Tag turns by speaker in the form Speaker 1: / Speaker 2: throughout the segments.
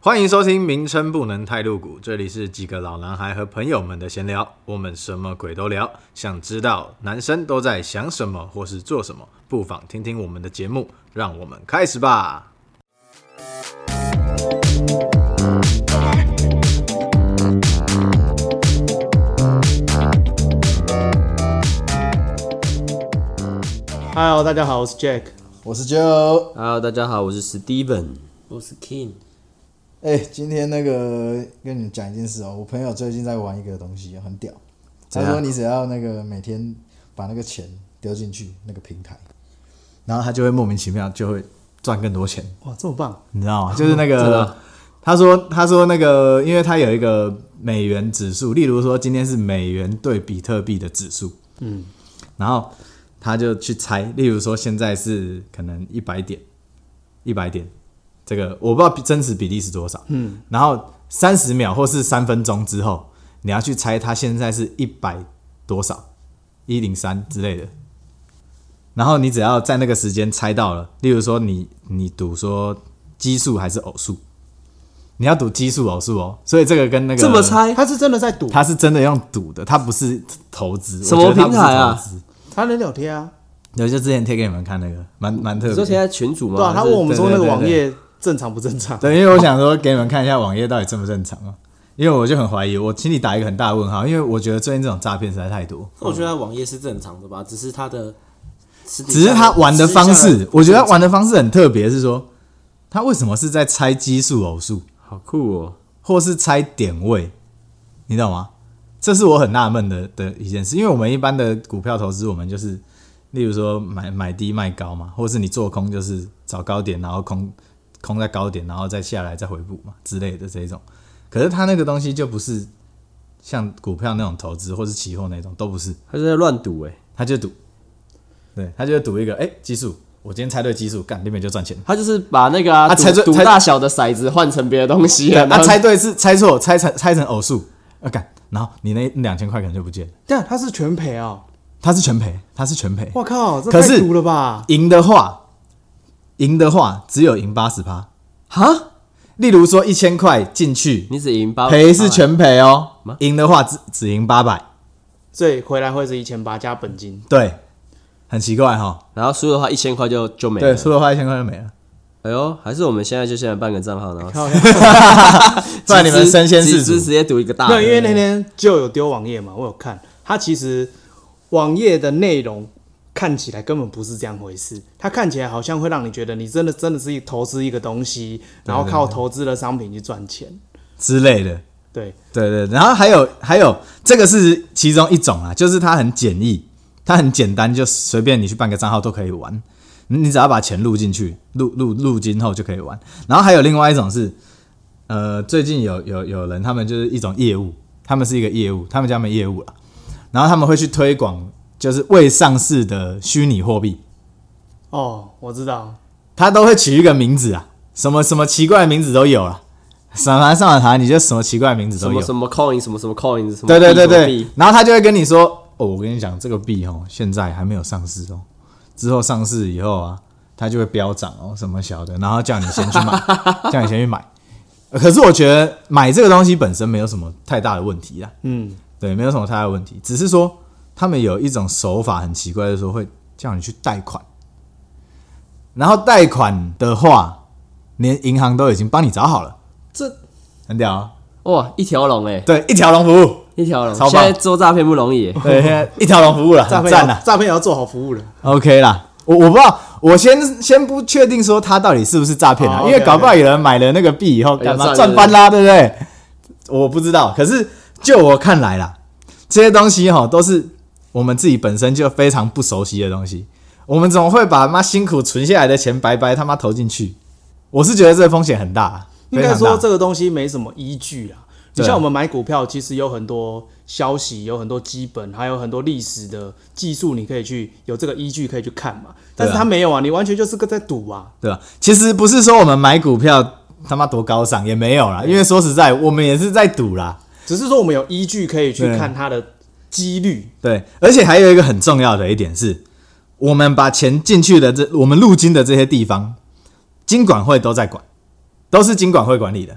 Speaker 1: 欢迎收听，名称不能太露骨，这里是几个老男孩和朋友们的闲聊，我们什么鬼都聊。想知道男生都在想什么或是做什么，不妨听听我们的节目，让我们开始吧。
Speaker 2: Hello，大家好，我是 Jack。
Speaker 3: 我是 Joe。
Speaker 4: Hello，大家好，我是 Steven。
Speaker 5: 我是 King，
Speaker 3: 哎、今天那个跟你们讲一件事哦，我朋友最近在玩一个东西，很屌。他说你只要那个每天把那个钱丢进去那个平台，然后他就会莫名其妙就会赚更多钱，
Speaker 2: 哇，这么棒！
Speaker 3: 你知道吗？就是那 个他说他说那个，因为他有一个美元指数，例如说今天是美元对比特币的指数，嗯，然后他就去猜，例如说现在是可能一百点，一百点，这个我不知道比真实比例是多少，嗯，然后三十秒或是三分钟之后，你要去猜它现在是一百多少，一零三之类的。然后你只要在那个时间猜到了，例如说你你赌说奇数还是偶数，你要赌奇数偶数哦，所以这个跟那个
Speaker 4: 这么，猜？
Speaker 2: 他是真的在赌，
Speaker 3: 他是真的用赌的，他不是投资。
Speaker 4: 什么
Speaker 3: 我觉得它不是
Speaker 4: 平台啊
Speaker 3: 投资？
Speaker 2: 他能聊天啊，
Speaker 3: 有就之前贴给你们看那个，蛮蛮特
Speaker 4: 你说
Speaker 3: 别
Speaker 4: 现
Speaker 3: 的。
Speaker 4: 在群主吗？
Speaker 2: 对啊，他
Speaker 4: 还是
Speaker 2: 问我们说那个
Speaker 3: 对对对
Speaker 2: 网页正常不正常？
Speaker 3: 对，因为我想说给你们看一下网页到底正不正常啊，因为我就很怀疑，我心里打一个很大的问号，因为我觉得最近这种诈骗实在太多。
Speaker 5: 那我觉得他网页是正常的吧，只是他的，私底下
Speaker 3: 只是他玩的方
Speaker 5: 私底
Speaker 3: 式
Speaker 5: 下，
Speaker 3: 我觉得他玩的方式很特别，是说他为什么是在猜奇数偶数，
Speaker 4: 好酷哦！
Speaker 3: 或是猜点位，你懂吗？这是我很纳闷的的一件事，因为我们一般的股票投资，我们就是例如说买买低卖高嘛，或是你做空就是找高点，然后空空在高点，然后再下来再回补嘛之类的这种。可是他那个东西就不是像股票那种投资，或是期货那种，都不是。
Speaker 4: 他是在乱赌哎，
Speaker 3: 他就赌，对他就赌一个，哎、奇数，我今天猜对奇数，干那边就赚钱。
Speaker 4: 他就是把那个啊
Speaker 3: 他
Speaker 4: 赌
Speaker 3: 猜对
Speaker 4: 赌
Speaker 3: 猜
Speaker 4: 大小的骰子换成别的东西啊，
Speaker 3: 他、
Speaker 4: 然后
Speaker 3: 猜对是猜错，猜成猜成偶数，啊干，然后你那两千块可能就不见了。
Speaker 2: 但啊他是全赔哦，
Speaker 3: 他是全赔，他是全赔。
Speaker 2: 我靠，这
Speaker 3: 可
Speaker 2: 太
Speaker 3: 是
Speaker 2: 毒了吧！
Speaker 3: 赢的话，赢的话只有赢八十趴。
Speaker 4: 哈，
Speaker 3: 例如说一千块进去，
Speaker 4: 你只赢八
Speaker 3: 赔是全赔哦
Speaker 4: 吗，
Speaker 3: 赢的话只只赢八百，
Speaker 2: 所以回来会是一千八加本金，
Speaker 3: 对，很奇怪哈。
Speaker 4: 然后输的话一千块就就没
Speaker 3: 对，
Speaker 4: 了。
Speaker 3: 输的话一千块就没 了，
Speaker 4: 哎呦，还是我们现在就现在办个账号，然后
Speaker 3: 不然你们身先
Speaker 4: 集
Speaker 3: 士
Speaker 4: 资直
Speaker 3: 卒。
Speaker 4: 接赌一个大
Speaker 2: 没
Speaker 3: 啊
Speaker 4: 的。
Speaker 2: 有，因为那天就有丢网页嘛，我有看，它其实网页的内容看起来根本不是这样回事，它看起来好像会让你觉得你真的真的是投资一个东西，然后靠投资的商品去赚钱，
Speaker 3: 之类的。
Speaker 2: 对，
Speaker 3: 对对，然后还有还有，这个是其中一种啊，就是它很简易，它很简单，就随便你去办个账号都可以玩，你你只要把钱录进去，录录录进后就可以玩。然后还有另外一种是，呃，最近有有有人他们就是一种业务，他们是一个业务，他们叫他们业务了，然后他们会去推广就是未上市的虚拟货币，
Speaker 2: 哦，我知道，
Speaker 3: 他都会取一个名字啊，什么什么奇怪的名字都有啊，上完上了台你就什么奇怪的名字
Speaker 4: 什
Speaker 3: 都有啊
Speaker 4: 么。什么 coin 什么什么 coin 什么
Speaker 3: 对对对对
Speaker 4: 币，
Speaker 3: 然后他就会跟你说：“哦，我跟你讲，这个币哦，现在还没有上市哦，之后上市以后啊，它就会飙涨哦，什么小的，然后叫你先去买，叫你先去买。呃可是我觉得买这个东西本身没有什么太大的问题啊，
Speaker 2: 嗯，
Speaker 3: 对，没有什么太大的问题，只是说他们有一种手法很奇怪，就是说会叫你去贷款，然后贷款的话，连银行都已经帮你找好了，
Speaker 4: 这
Speaker 3: 很屌、啊，
Speaker 4: 哇一条龙哎，
Speaker 3: 对，一条龙服务，
Speaker 4: 一条龙。
Speaker 3: 超棒
Speaker 4: 现在做诈骗不容易欸，
Speaker 3: 对，现在一条龙服务了，
Speaker 2: 诈
Speaker 3: 很
Speaker 2: 骗
Speaker 3: 赞啊
Speaker 2: 要！诈骗也要做好服务了。
Speaker 3: OK 啦，我我不知道，我先先不确定说他到底是不是诈骗啊，
Speaker 2: 哦
Speaker 3: 因为
Speaker 2: OK，OK
Speaker 3: 搞不好有人买了那个币以后，
Speaker 4: 哎
Speaker 3: 干嘛
Speaker 4: 赚
Speaker 3: 赚翻啦，对不对？我不知道，可是就我看来啦，这些东西哈都是我们自己本身就非常不熟悉的东西，我们怎么会把妈辛苦存下来的钱白白他妈投进去？我是觉得这个风险很大啊，
Speaker 2: 应
Speaker 3: 非
Speaker 2: 该
Speaker 3: 常
Speaker 2: 说
Speaker 3: 大
Speaker 2: 这个东西没什么依据啦。你
Speaker 3: 对啊
Speaker 2: 像我们买股票，其实有很多消息，有很多基本，还有很多历史的技术，你可以去有这个依据可以去看嘛。但是它没有啊，你完全就是个在赌啊。
Speaker 3: 对吧？其实不是说我们买股票他妈多高尚也没有啦，因为说实在，我们也是在赌啦。
Speaker 2: 只是说我们有依据可以去
Speaker 3: 对
Speaker 2: 看它的几率。
Speaker 3: 对，而且还有一个很重要的一点是，我们把钱进去的这我们入金的这些地方，金管会都在管，都是金管会管理的。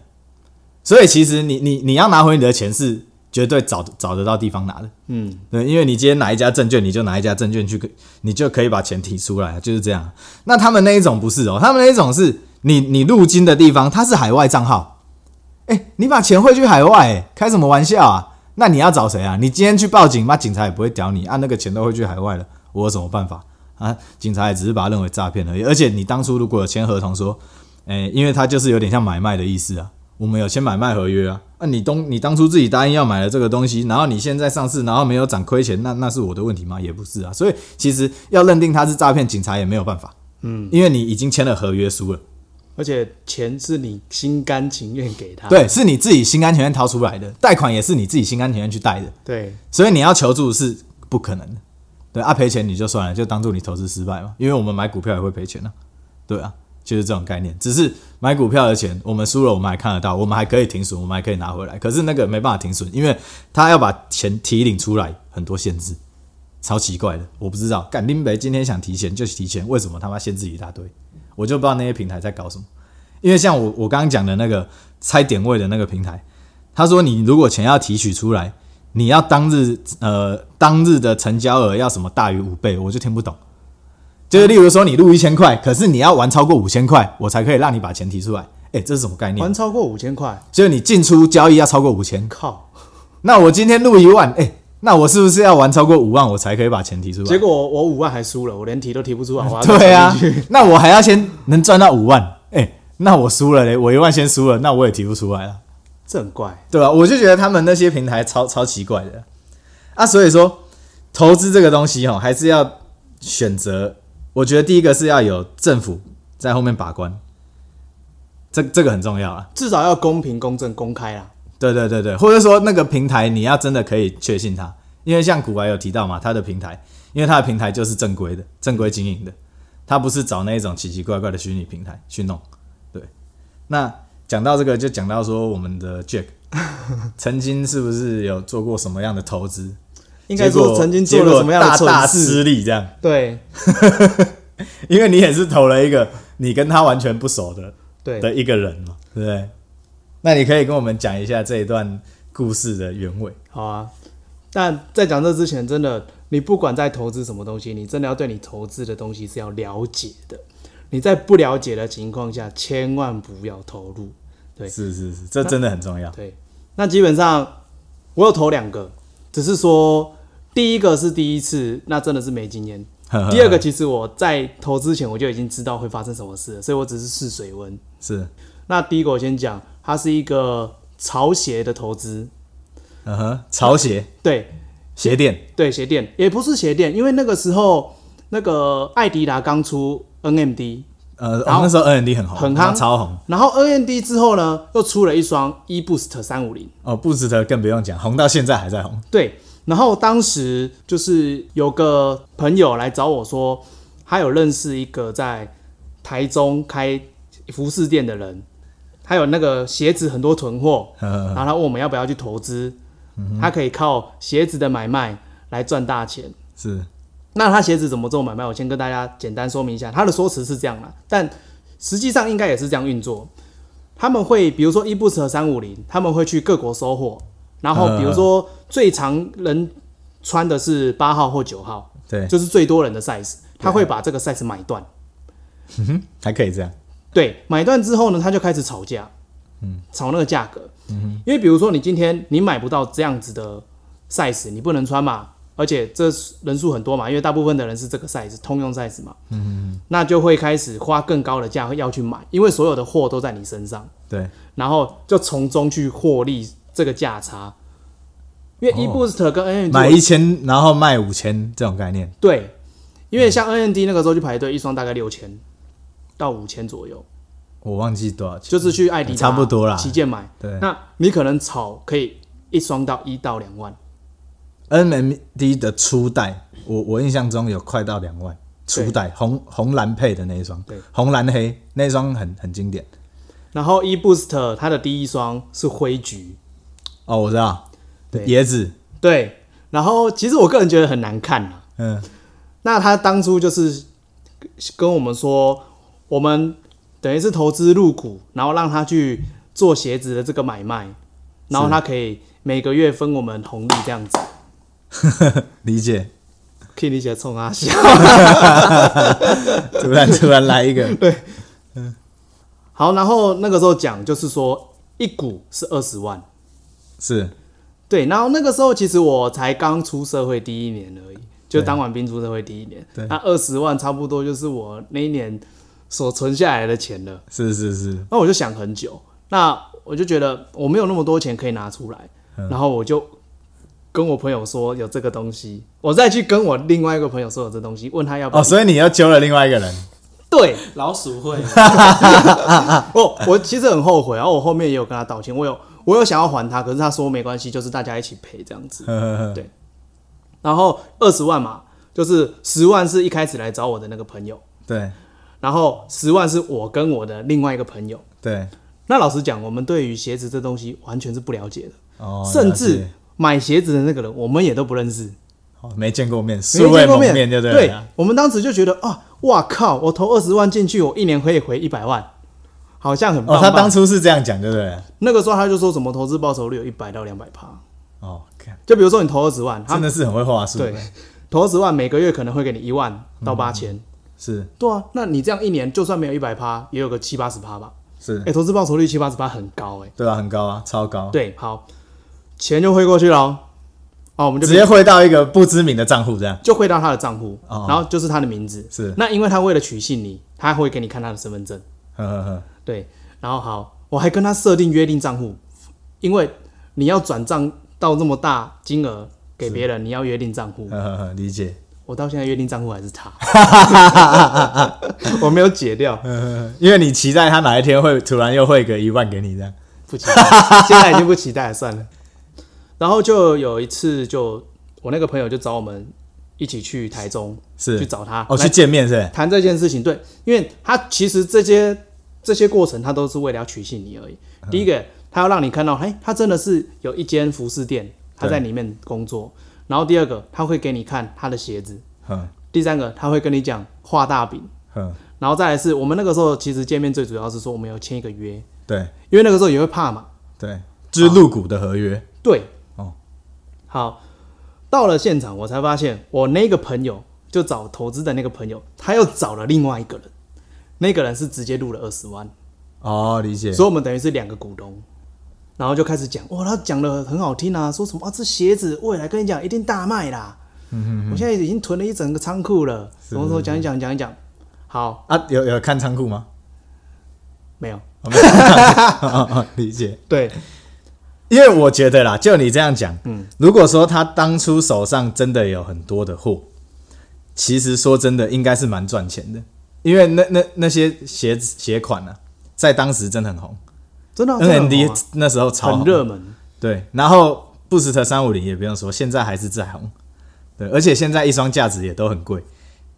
Speaker 3: 所以其实你你你要拿回你的钱是绝对找找得到地方拿的，嗯，对，因为你今天哪一家证券，你就哪一家证券去，你就可以把钱提出来，就是这样。那他们那一种不是哦，他们那一种是你你入金的地方，它是海外账号，哎、你把钱汇去海外、哎开什么玩笑啊？那你要找谁啊？你今天去报警，妈警察也不会屌你啊，那个钱都汇去海外了，我有什么办法啊？警察也只是把它认为诈骗而已。而且你当初如果有签合同说，诶、因为它就是有点像买卖的意思啊。我们有签买卖合约啊，啊，你东你当初自己答应要买了这个东西，然后你现在上市，然后没有涨亏钱，那那是我的问题吗？也不是啊，所以其实要认定它是诈骗，警察也没有办法，嗯，因为你已经签了合约书了，
Speaker 2: 而且钱是你心甘情愿给他，
Speaker 3: 对，是你自己心甘情愿掏出来的，贷款也是你自己心甘情愿去贷的，
Speaker 2: 对，
Speaker 3: 所以你要求助是不可能的。对啊，赔钱你就算了，就当做你投资失败嘛。因为我们买股票也会赔钱啊，对啊，就是这种概念。只是买股票的钱，我们输了我们还看得到，我们还可以停损，我们还可以拿回来。可是那个没办法停损，因为他要把钱提领出来，很多限制，超奇怪的。我不知道，干林北今天想提钱就提钱，为什么他妈限制一大堆？我就不知道那些平台在搞什么。因为像我我刚刚讲的那个猜点位的那个平台，他说你如果钱要提取出来，你要当日呃当日的成交额要什么大于五倍，我就听不懂。就是例如说你入一千块，可是你要玩超过五千块，我才可以让你把钱提出来。哎、这是什么概念
Speaker 2: 还？超过五千块，
Speaker 3: 就是你进出交易要超过五千，
Speaker 2: 靠！
Speaker 3: 那我今天入一万，哎、那我是不是要玩超过五万，我才可以把钱提出来？
Speaker 2: 结果我我五万还输了，我连提都提不 出来，我还
Speaker 3: 对啊
Speaker 2: 把钱进去，
Speaker 3: 那我还要先能赚到五万，哎、那我输了嘞，我一万先输了，那我也提不出来了。啊
Speaker 2: 这很怪。
Speaker 3: 对吧、啊我就觉得他们那些平台超超奇怪的啊，所以说投资这个东西哦，还是要选择。我觉得第一个是要有政府在后面把关，这这个很重要啊。
Speaker 2: 至少要公平、公正、公开啦。
Speaker 3: 对对对对，或者说那个平台你要真的可以确信它，因为像古白有提到嘛，它的平台，因为它的平台就是正规的、正规经营的，它不是找那种奇奇怪怪的虚拟平台去弄。对，那讲到这个，就讲到说我们的 Jack 曾经是不是有做过什么样的投资？
Speaker 2: 应该说曾经做
Speaker 3: 结
Speaker 2: 了
Speaker 3: 果
Speaker 2: 什么样的
Speaker 3: 大大
Speaker 2: 蠢事？
Speaker 3: 失利这样？
Speaker 2: 对
Speaker 3: 因为你也是投了一个你跟他完全不熟的
Speaker 2: 对，
Speaker 3: 的一个人嘛，对不对？那你可以跟我们讲一下这一段故事的原委。
Speaker 2: 好啊。但在讲这之前，真的，你不管在投资什么东西，你真的要对你投资的东西是要了解的。你在不了解的情况下，千万不要投入。对
Speaker 3: 是是是，这真的很重要。
Speaker 2: 对，那基本上我有投两个，只是说第一个是第一次，那真的是没经验。
Speaker 3: 啊
Speaker 2: 第二个其实我在投资前我就已经知道会发生什么事了，所以我只是试水温。
Speaker 3: 是，
Speaker 2: 那第一个我先讲，它是一个潮鞋的投资，
Speaker 3: 嗯哼，潮鞋
Speaker 2: 对
Speaker 3: 鞋垫，
Speaker 2: 对，鞋垫也不是鞋垫，因为那个时候那个艾迪达刚出 NMD，
Speaker 3: 呃，我
Speaker 2: 然后
Speaker 3: 那时候 N D 很红，
Speaker 2: 很
Speaker 3: 然后
Speaker 2: 夯
Speaker 3: 超红
Speaker 2: 然后 NMD 之后呢，又出了一双 eBoost 三五零，
Speaker 3: 哦，不值得更不用讲，红到现在还在红。
Speaker 2: 对，然后当时就是有个朋友来找我说，他有认识一个在台中开服饰店的人，他有那个鞋子很多囤货，
Speaker 3: 嗯
Speaker 2: 然后他问我们要不要去投资，他可以靠鞋子的买卖来赚大钱。
Speaker 3: 是，
Speaker 2: 那他鞋子怎么做买卖？我先跟大家简单说明一下，他的说辞是这样啦，但实际上应该也是这样运作。他们会比如说伊布斯和三五零，他们会去各国收货，然后比如说最常人穿的是八号或九号，
Speaker 3: 对，
Speaker 2: 就是最多人的 size，他会把这个 size 买断。
Speaker 3: 还可以这样。
Speaker 2: 对，买断之后呢，他就开始吵架，嗯，吵那个价格，嗯，因为比如说你今天你买不到这样子的 size，你不能穿嘛，而且这人数很多嘛，因为大部分的人是这个 size 通用 size 嘛，嗯，那就会开始花更高的价要去买，因为所有的货都在你身上，
Speaker 3: 对，
Speaker 2: 然后就从中去获利这个价差，因为 e boost 跟 N
Speaker 3: 买一千然后卖五千这种概念，
Speaker 2: 对，因为像 NND 那个时候去排队一双大概六千到五千左右，
Speaker 3: 我忘记多少钱。嗯
Speaker 2: 就是去艾迪达
Speaker 3: 差不多啦
Speaker 2: 旗舰买。
Speaker 3: 对
Speaker 2: 那你可能炒可以一双到一到两万，
Speaker 3: N M D 的初代，我我印象中有快到两万。初代红红蓝配的那一双
Speaker 2: 对，
Speaker 3: 红蓝黑那一双很很经典
Speaker 2: 然后 E Boost 它的第一双是灰橘，
Speaker 3: 哦，我知道，
Speaker 2: 对
Speaker 3: 椰子，
Speaker 2: 对，然后其实我个人觉得很难看啊。
Speaker 3: 嗯，
Speaker 2: 那他当初就是跟我们说，我们等于是投资入股，然后让他去做鞋子的这个买卖，然后他可以每个月分我们红利这样子。
Speaker 3: 理解。
Speaker 2: 可以理解冲啊笑，
Speaker 3: 突然突然来一个，
Speaker 2: 好，然后那个时候讲就是说一股是二十万，
Speaker 3: 是
Speaker 2: 对，然后那个时候其实我才刚出社会第一年而已，就当完兵出社会第一年
Speaker 3: 对，
Speaker 2: 那二十万差不多就是我那一年所存下来的钱了。
Speaker 3: 是是是，
Speaker 2: 那我就想很久，那我就觉得我没有那么多钱可以拿出来，
Speaker 3: 嗯
Speaker 2: 然后我就跟我朋友说有这个东西，我再去跟我另外一个朋友说有这东西，问他要不要。
Speaker 3: 哦，所以你又揪了另外一个人，
Speaker 2: 对，
Speaker 5: 老 鼠会，
Speaker 2: 我我其实很后悔，然后我后面也有跟他道歉，我有我有想要还他，可是他说没关系，就是大家一起赔这样子。
Speaker 3: 呵呵呵，
Speaker 2: 对然后二十万嘛，就是十万是一开始来找我的那个朋友，
Speaker 3: 对
Speaker 2: 然后十万是我跟我的另外一个朋友。
Speaker 3: 对，
Speaker 2: 那老实讲，我们对于鞋子这东西完全是不了解的，
Speaker 3: 哦，
Speaker 2: 甚
Speaker 3: 了
Speaker 2: 至
Speaker 3: 解
Speaker 2: 买鞋子的那个人我们也都不认识，
Speaker 3: 哦没见过面，
Speaker 2: 没
Speaker 3: 素
Speaker 2: 见
Speaker 3: 未
Speaker 2: 过
Speaker 3: 谋
Speaker 2: 面，
Speaker 3: 就
Speaker 2: 对
Speaker 3: 对了，哦
Speaker 2: 我们当时就觉得啊，哇靠，我投二十万进去，我一年可以回一百万，好像很棒
Speaker 3: 哦，
Speaker 2: 棒。
Speaker 3: 他当初是这样讲，对不对了？
Speaker 2: 那个时候他就说什么投资报酬率有一百到两百趴，
Speaker 3: 哦，看
Speaker 2: 就比如说你投二十万，他
Speaker 3: 真的是很会话术，
Speaker 2: 对，投十万每个月可能会给你一万到八千、
Speaker 3: 是
Speaker 2: 对啊，那你这样一年就算没有一百趴，也有个七八十趴吧？
Speaker 3: 是
Speaker 2: 哎、，投资报酬率七八十趴很高哎、
Speaker 3: 对啊，很高啊，超高，
Speaker 2: 对，好，钱就汇过去喽，哦，我们就
Speaker 3: 直接汇到一个不知名的账户，这样
Speaker 2: 就汇到他的账户、
Speaker 3: 哦
Speaker 2: 然后就是他的名字。
Speaker 3: 是，
Speaker 2: 那因为他为了取信你，他会给你看他的身份证，
Speaker 3: 呵呵呵，
Speaker 2: 对，然后好，我还跟他设定约定账户，因为你要转账到这么大金额给别人，你要约定 账户。
Speaker 3: 呵呵呵，理解，
Speaker 2: 我到现在约定账户还是他， 我没有解掉，
Speaker 3: 因为你期待他哪一天会突然又汇个一万给你，这样
Speaker 2: 不期待， 现在已经不期待了，算了。然后就有一次就，我那个朋友就找我们一起去台中去
Speaker 3: 是
Speaker 2: 找他，
Speaker 3: 哦，
Speaker 2: 来
Speaker 3: 去见面是不是
Speaker 2: 谈这件事情。对，因为他其实这些这些过程，他都是为了要取信你而已。
Speaker 3: 嗯
Speaker 2: 第一个，他要让你看到，哎、他真的是有一间服饰店，他在里面工作。然后第二个，他会给你看他的鞋子。
Speaker 3: 嗯
Speaker 2: 第三个，他会跟你讲画大饼。
Speaker 3: 嗯，
Speaker 2: 然后再来是我们那个时候其实见面最主要是说我们要签一个约，
Speaker 3: 对
Speaker 2: 因为那个时候也会怕嘛。
Speaker 3: 对，就是入股的合约，
Speaker 2: 对，
Speaker 3: 哦，
Speaker 2: 好，到了现场我才发现，我那个朋友就找投资的那个朋友，他又找了另外一个人，那个人是直接入了二十万，
Speaker 3: 哦，理解，
Speaker 2: 所以我们等于是两个股东，然后就开始讲，哇，他讲的很好听啊，说什么啊，这鞋子未来跟你讲一定大卖啦，嗯我现在已经囤了一整个仓库了，什么时候讲一讲讲一讲，好，
Speaker 3: 啊，有有看仓库 吗？
Speaker 2: 没有，
Speaker 3: 哦哦哦，理解。
Speaker 2: 对，
Speaker 3: 因为我觉得啦，就你这样讲，嗯，如果说他当初手上真的有很多的货，其实说真的应该是蛮赚钱的，因为那那那些鞋子鞋款啊，在当时真的很红
Speaker 2: 真的啊、真的很红
Speaker 3: ，NND
Speaker 2: 啊
Speaker 3: 那时候超红
Speaker 2: 很热门，
Speaker 3: 对，然后布斯特三五零也不用说，现在还是在红，对，而且现在一双价值也都很贵，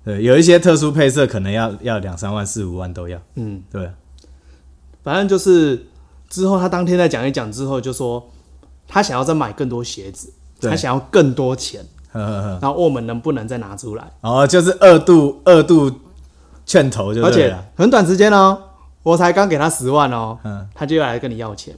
Speaker 3: 对，有一些特殊配色可能要要两三万、四五万都要，
Speaker 2: 嗯，
Speaker 3: 对，
Speaker 2: 反正就是之后他当天再讲一讲之后，就说他想要再买更多鞋子，
Speaker 3: 对嗯
Speaker 2: 他想要更多钱，
Speaker 3: 呵呵呵，
Speaker 2: 然后问我们能不能再拿出来，
Speaker 3: 然后哦就是二度二度劝投就
Speaker 2: 而
Speaker 3: 对啊
Speaker 2: 且
Speaker 3: 了，
Speaker 2: 很短时间哦，我才刚给他十万哦，
Speaker 3: 嗯
Speaker 2: 他就要来跟你要钱。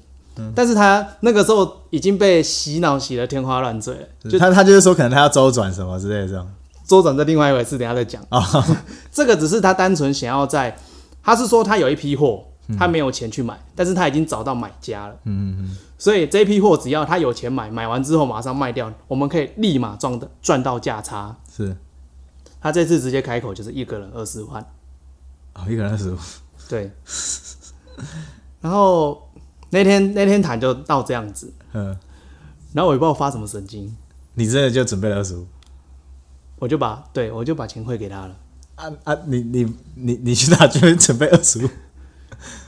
Speaker 2: 但是他那个时候已经被洗脑洗得天花乱坠了，就
Speaker 3: 他他就是说可能他要周转什么之类的这种，
Speaker 2: 周转这另外一回事，等一下再讲。 这个只是他单纯想要在，他是说他有一批货，他没有钱去买，但是他已经找到买家了。嗯嗯所以这批货只要他有钱买，买完之后马上卖掉，我们可以立马赚的赚到价差。
Speaker 3: 是
Speaker 2: 他这次直接开口就是一个人二十万，
Speaker 3: 哦，一个人二十五，
Speaker 2: 对。然后那天那天谈就到这样子，
Speaker 3: 嗯，
Speaker 2: 然后我也不知道发什么神经，
Speaker 3: 你真的就准备了二十五
Speaker 2: 我就把对我就把钱汇给他了，
Speaker 3: 啊啊，你你你你去哪去准备二十五，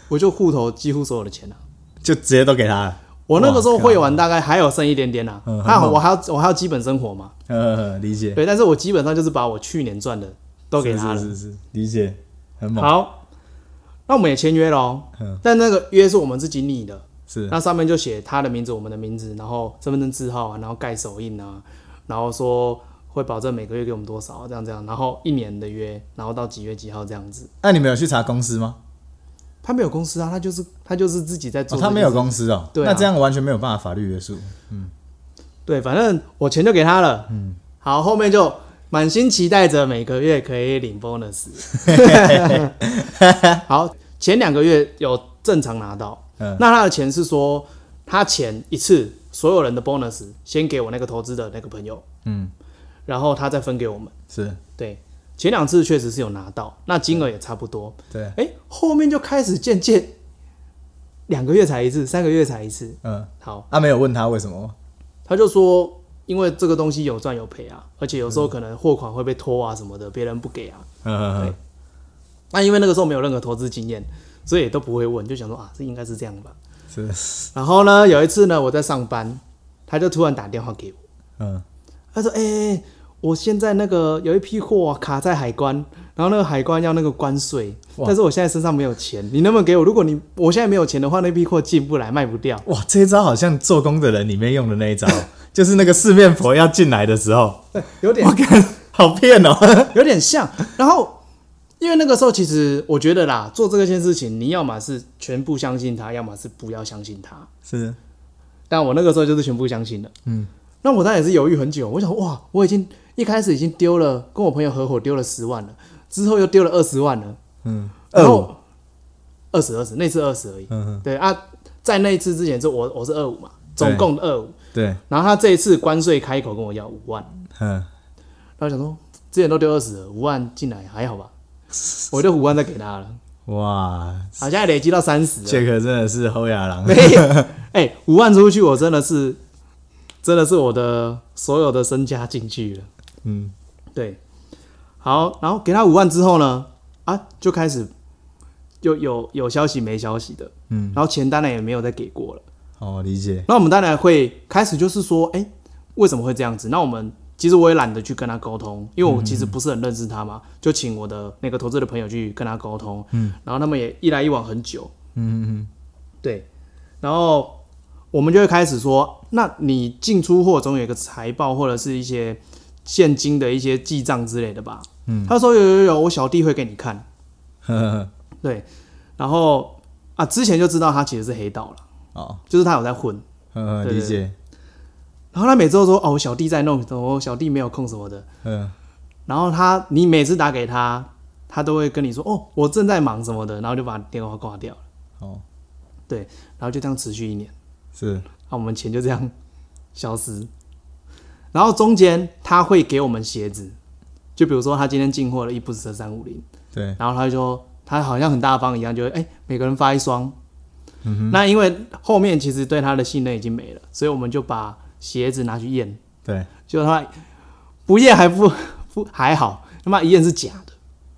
Speaker 2: 我就户头几乎所有的钱了、
Speaker 3: 就直接都给他了，
Speaker 2: 我那个时候会玩大概还有剩一点点啦、
Speaker 3: 嗯
Speaker 2: 那、
Speaker 3: 很好
Speaker 2: 我还要我还要基本生活嘛，
Speaker 3: 呃，理解，
Speaker 2: 对，但是我基本上就是把我去年赚的都给他了。
Speaker 3: 是是是是，理解，很猛，
Speaker 2: 好，那我们也签约喽、
Speaker 3: 嗯
Speaker 2: 但那个约是我们自己拟的，
Speaker 3: 是
Speaker 2: 那上面就写他的名字、我们的名字，然后身份证字号啊，然后盖手印啊，然后说会保证每个月给我们多少，这样这样，然后一年的约，然后到几月几号这样子。
Speaker 3: 那你们有去查公司吗？
Speaker 2: 他没有公司啊，他就是他就是自己在
Speaker 3: 哦
Speaker 2: 做这件事、
Speaker 3: 他没有公司哦，
Speaker 2: 对啊
Speaker 3: 那这样完全没有办法法律约束。
Speaker 2: 对，反正我钱就给他了。嗯，好，后面就满心期待着每个月可以领 bonus。好，前两个月有正常拿到，
Speaker 3: 嗯
Speaker 2: 那他的钱是说他前一次所有人的 bonus 先给我那个投资的那个朋友，
Speaker 3: 嗯，
Speaker 2: 然后他再分给我们。
Speaker 3: 是
Speaker 2: 对，前两次确实是有拿到，那金额也差不多。
Speaker 3: 对，
Speaker 2: 哎、后面就开始渐渐两个月才一次，三个月才一次。
Speaker 3: 嗯，
Speaker 2: 好，
Speaker 3: 他、没有问他为什么吗，
Speaker 2: 他就说，因为这个东西有赚有赔啊，而且有时候可能货款会被拖啊什么的，别人不给啊。
Speaker 3: 嗯嗯
Speaker 2: 那因为那个时候没有任何投资经验，所以也都不会问，就想说啊，这应该是这样吧。
Speaker 3: 嗯，是，
Speaker 2: 然后呢，有一次呢，我在上班，他就突然打电话给我，
Speaker 3: 嗯，
Speaker 2: 他说：“哎、欸，我现在那个有一批货、卡在海关，然后那个海关要那个关税，
Speaker 3: 哇
Speaker 2: 但是我现在身上没有钱，你能不能给我？如果你我现在没有钱的话，那批货进不来，卖不掉。
Speaker 3: 哇，这一招好像做工的人里面用的那一招， 就是那个四面佛要进来的时候，
Speaker 2: 有 点
Speaker 3: 我看好骗哦、
Speaker 2: 有点像。然后，因为那个时候其实我觉得啦，做这件事情，你要么是全部相信他，要么是不要相信他。
Speaker 3: 是，
Speaker 2: 但我那个时候就是全部相信了。嗯，那我当然也是犹豫很久。我想，哇，我已经一开始已经丢了，跟我朋友合伙丢了十万了，之后又丢了二十万了，
Speaker 3: 嗯，
Speaker 2: 然
Speaker 3: 二五
Speaker 2: 后二十二十那次二十而已。
Speaker 3: 嗯哼
Speaker 2: 对啊，在那一次之前是我我是二五嘛，总共二五。
Speaker 3: 对，
Speaker 2: 然后他这一次关税开口跟我要五万，
Speaker 3: 嗯，
Speaker 2: 然后我想说之前都丢二十了，五万进来还 好吧，我就五万再给他了，
Speaker 3: 哇，
Speaker 2: 好像累积到 三十了。
Speaker 3: 杰克真的是侯亚郎，
Speaker 2: 没有，哎、五万出去，我真的是，真的是我的所有的身家进去了。
Speaker 3: 嗯，
Speaker 2: 对，好，然后给他五万之后呢，啊，就开始就有有消息没消息的，
Speaker 3: 嗯，
Speaker 2: 然后钱当然也没有再给过了。
Speaker 3: 哦，理解，
Speaker 2: 那我们当然会开始就是说，哎、为什么会这样子？那我们其实我也懒得去跟他沟通，因为我其实不是很认识他嘛，就请我的那个投资的朋友去跟他沟通，嗯，然后他们也一来一往很久，
Speaker 3: 嗯嗯
Speaker 2: 对，然后我们就会开始说，那你进出货总有一个财报或者是一些现金的一些记账之类的吧？嗯，他说有有有，我小弟会给你看。
Speaker 3: 嗯，呵呵
Speaker 2: 对，然后啊，之前就知道他其实是黑道了，
Speaker 3: 哦，
Speaker 2: 就是他有在混。
Speaker 3: 嗯，呵
Speaker 2: 对对
Speaker 3: 理解，
Speaker 2: 然后他每次都说哦，我小弟在弄，我小弟没有空什么的。
Speaker 3: 嗯，
Speaker 2: 然后他，你每次打给他，他都会跟你说哦，我正在忙什么的，然后就把电话挂掉了。
Speaker 3: 哦，
Speaker 2: 对，然后就这样持续一年。
Speaker 3: 是，
Speaker 2: 那、我们钱就这样消失。然后中间他会给我们鞋子，就比如说他今天进货了一部车三五零，
Speaker 3: 对，
Speaker 2: 然后他就说他好像很大方一样，就会哎、每个人发一双。那因为后面其实对他的信任已经没了，所以我们就把鞋子拿去验，
Speaker 3: 对，
Speaker 2: 就他妈不验还不不还好，他妈一验是假的，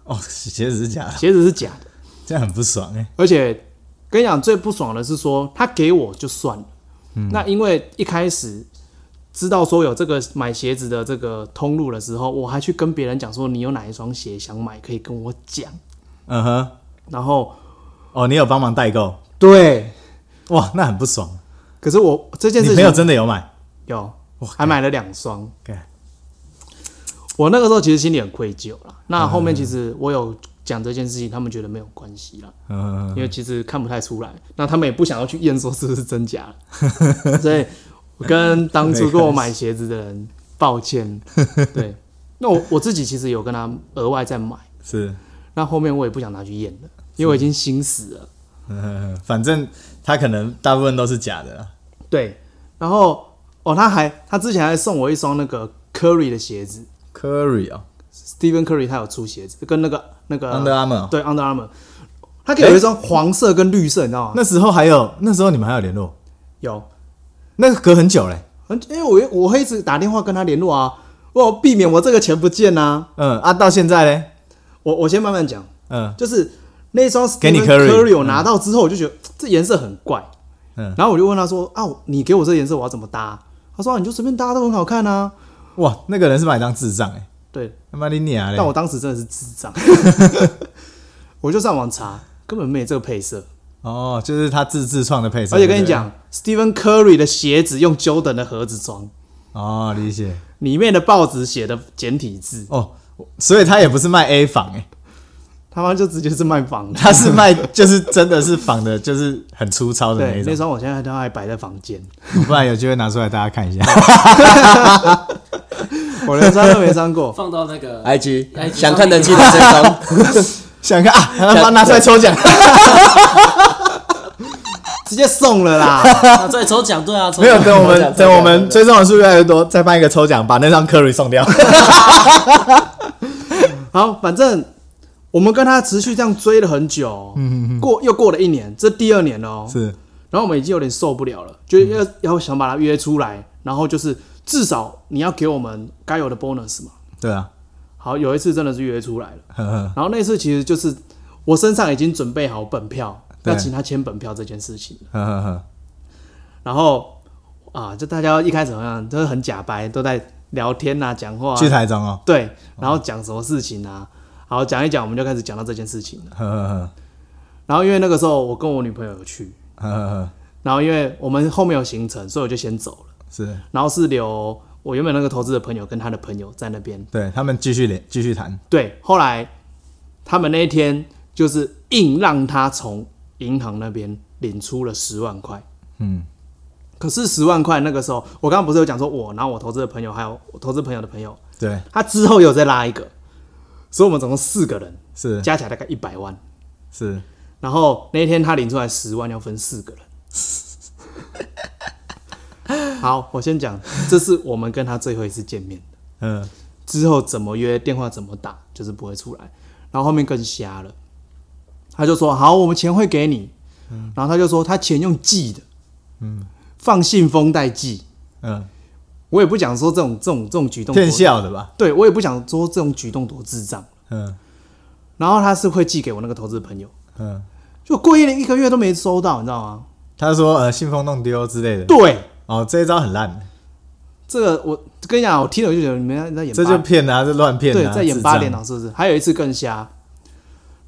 Speaker 3: 哦，鞋子是假的，
Speaker 2: 鞋子是假的。
Speaker 3: 这样很不爽哎、
Speaker 2: 而且跟你讲，最不爽的是说他给我就算了，
Speaker 3: 嗯
Speaker 2: 那因为一开始知道说有这个买鞋子的这个通路的时候，我还去跟别人讲说你有哪一双鞋想买，可以跟我讲。
Speaker 3: 嗯哼，
Speaker 2: 然后
Speaker 3: 哦，你有帮忙代购，
Speaker 2: 对，
Speaker 3: 哇，那很不爽，
Speaker 2: 可是我这件
Speaker 3: 你
Speaker 2: 事
Speaker 3: 朋
Speaker 2: 情
Speaker 3: 友真的有买，
Speaker 2: 有
Speaker 3: 哇
Speaker 2: 还买了两双。
Speaker 3: 干
Speaker 2: 我那个时候其实心里很愧疚啦。那后
Speaker 3: 嗯
Speaker 2: 面其实我有讲这件事情，他们觉得没有关系啦。
Speaker 3: 嗯，
Speaker 2: 因为其实看不太出来，那他们也不想要去验说是不是真假 的所以我跟当初给我买鞋子的人抱歉。 对，那我我自己其实有跟他额外再买，
Speaker 3: 是，
Speaker 2: 那后面我也不想拿去验了，因为我已经心死了。
Speaker 3: 嗯，反正他可能大部分都是假的啦，
Speaker 2: 对，然后哦，他还他之前还送我一双那个 Curry 的鞋子
Speaker 3: Curry 哦
Speaker 2: ，Stephen Curry 他有出鞋子，跟那个那个
Speaker 3: ，Under Armour，、哦、
Speaker 2: 对啊 Under Armour，他给我一双黄色跟绿色，你知道吗？
Speaker 3: 那时候还有，那时候你们还有联络，
Speaker 2: 有，
Speaker 3: 那隔很久嘞、
Speaker 2: 很，因为我我会一直打电话跟他联络啊，我避免我这个钱不见呐、
Speaker 3: 嗯啊，到现在嘞，
Speaker 2: 我我先慢慢讲，
Speaker 3: 嗯
Speaker 2: 就是那双
Speaker 3: 给你
Speaker 2: Stephen
Speaker 3: Curry，
Speaker 2: Curry 我拿到之后，我就觉得这颜色很怪，
Speaker 3: 嗯，
Speaker 2: 然后我就问他说啊，你给我这颜色我要怎么搭？他说、啊、你就随便搭都很好看啊。
Speaker 3: 哇，那个人是把你当智障哎、
Speaker 2: 对，
Speaker 3: 他妈你娘嘞！
Speaker 2: 但我当时真的是智 障，我就上网查，根本没这个配色。
Speaker 3: 哦，就是他自自创的配色，
Speaker 2: 而且
Speaker 3: 对
Speaker 2: 跟你
Speaker 3: 不对，
Speaker 2: 讲，Stephen Curry 的鞋子用 Jordan 的盒子装，
Speaker 3: 哦，理解
Speaker 2: 里面的报纸写的简体字，
Speaker 3: 哦，所以他也不是卖 A 房哎、
Speaker 2: 他妈就直接是卖仿 的。
Speaker 3: 他是 卖就是真的是仿的，就是很粗糙的那，
Speaker 2: 对那
Speaker 3: 种，
Speaker 2: 双我现在都还摆在房间，
Speaker 3: 不然有机会拿出来大家看一下。 哦
Speaker 2: 我连穿都没穿过。
Speaker 5: 放到那个
Speaker 4: IG
Speaker 5: IG
Speaker 4: 想看的记得追踪，
Speaker 3: 想看啊，把它拿出来抽奖，
Speaker 2: 直接送了啦。
Speaker 5: 啊，对，抽奖对啊，抽
Speaker 3: 没有
Speaker 5: 奖
Speaker 3: 等我
Speaker 4: 抽奖
Speaker 3: 们
Speaker 4: 抽奖
Speaker 3: 等我们追踪人数越来越多，再办一个抽奖，把那张 Curry 送 掉。
Speaker 2: 好，反正我们跟他持续这样追了很久哦、过又过了一年，这第二年了哦、
Speaker 3: 嗯是，
Speaker 2: 然后我们已经有点受不了了，就要、要想把他约出来，然后就是至少你要给我们该有的 bonus 嘛。
Speaker 3: 对啊，
Speaker 2: 好，有一次真的是约出来了，
Speaker 3: 呵呵，
Speaker 2: 然后那次其实就是我身上已经准备好本票，
Speaker 3: 对
Speaker 2: 要请他签本票这件事情。
Speaker 3: 呵呵呵，
Speaker 2: 然后啊，就大家一开始好像都是很假白，都在聊天啊、讲话、
Speaker 3: 去
Speaker 2: 啊，
Speaker 3: 台中哦，
Speaker 2: 对，然后讲什么事情啊，好讲一讲，我们就开始讲到这件事情了。
Speaker 3: 呵呵呵
Speaker 2: 然后因为那个时候我跟我女朋友有去，
Speaker 3: 呵呵呵，
Speaker 2: 然后因为我们后面有行程，所以我就先走了。
Speaker 3: 是
Speaker 2: 然后是留我原本那个投资的朋友跟他的朋友在那边。
Speaker 3: 对他们继续连继续谈，
Speaker 2: 对，后来他们那一天就是硬让他从银行那边领出了十万块。
Speaker 3: 嗯，
Speaker 2: 可是十万块那个时候，我刚刚不是有讲说我，然后我投资的朋友还有我投资朋友的朋友，
Speaker 3: 对，
Speaker 2: 他之后有再拉一个，所以我们总共四个人
Speaker 3: 是
Speaker 2: 加起来大概一百万。
Speaker 3: 是，
Speaker 2: 然后那一天他领出来十万，要分四个人。 好，我先讲，这是我们跟他最后一次见面，
Speaker 3: 嗯，
Speaker 2: 之后怎么约，电话怎么打，就是不会出来。然后后面更瞎了，他就说：“好，我们钱会给你。
Speaker 3: 嗯
Speaker 2: 然后他就说他钱用寄的，嗯，放信封袋寄。
Speaker 3: 嗯，
Speaker 2: 我也不想说这种这种这种举动多
Speaker 3: 骗，笑的吧，
Speaker 2: 对我也不想说这种举动多智障。
Speaker 3: 嗯
Speaker 2: 然后他是会寄给我那个投资朋友，
Speaker 3: 嗯，
Speaker 2: 就过一一个月都没收到，你知道吗？
Speaker 3: 他说呃信封弄丢之类的，
Speaker 2: 对，
Speaker 3: 哦这一招很烂，
Speaker 2: 这个我跟你讲，我听了就觉得你们在演八，
Speaker 3: 这就骗啊，这乱骗
Speaker 2: 对，
Speaker 3: 啊，
Speaker 2: 在演
Speaker 3: 智
Speaker 2: 八
Speaker 3: 障
Speaker 2: 点档是不是？还有一次更瞎，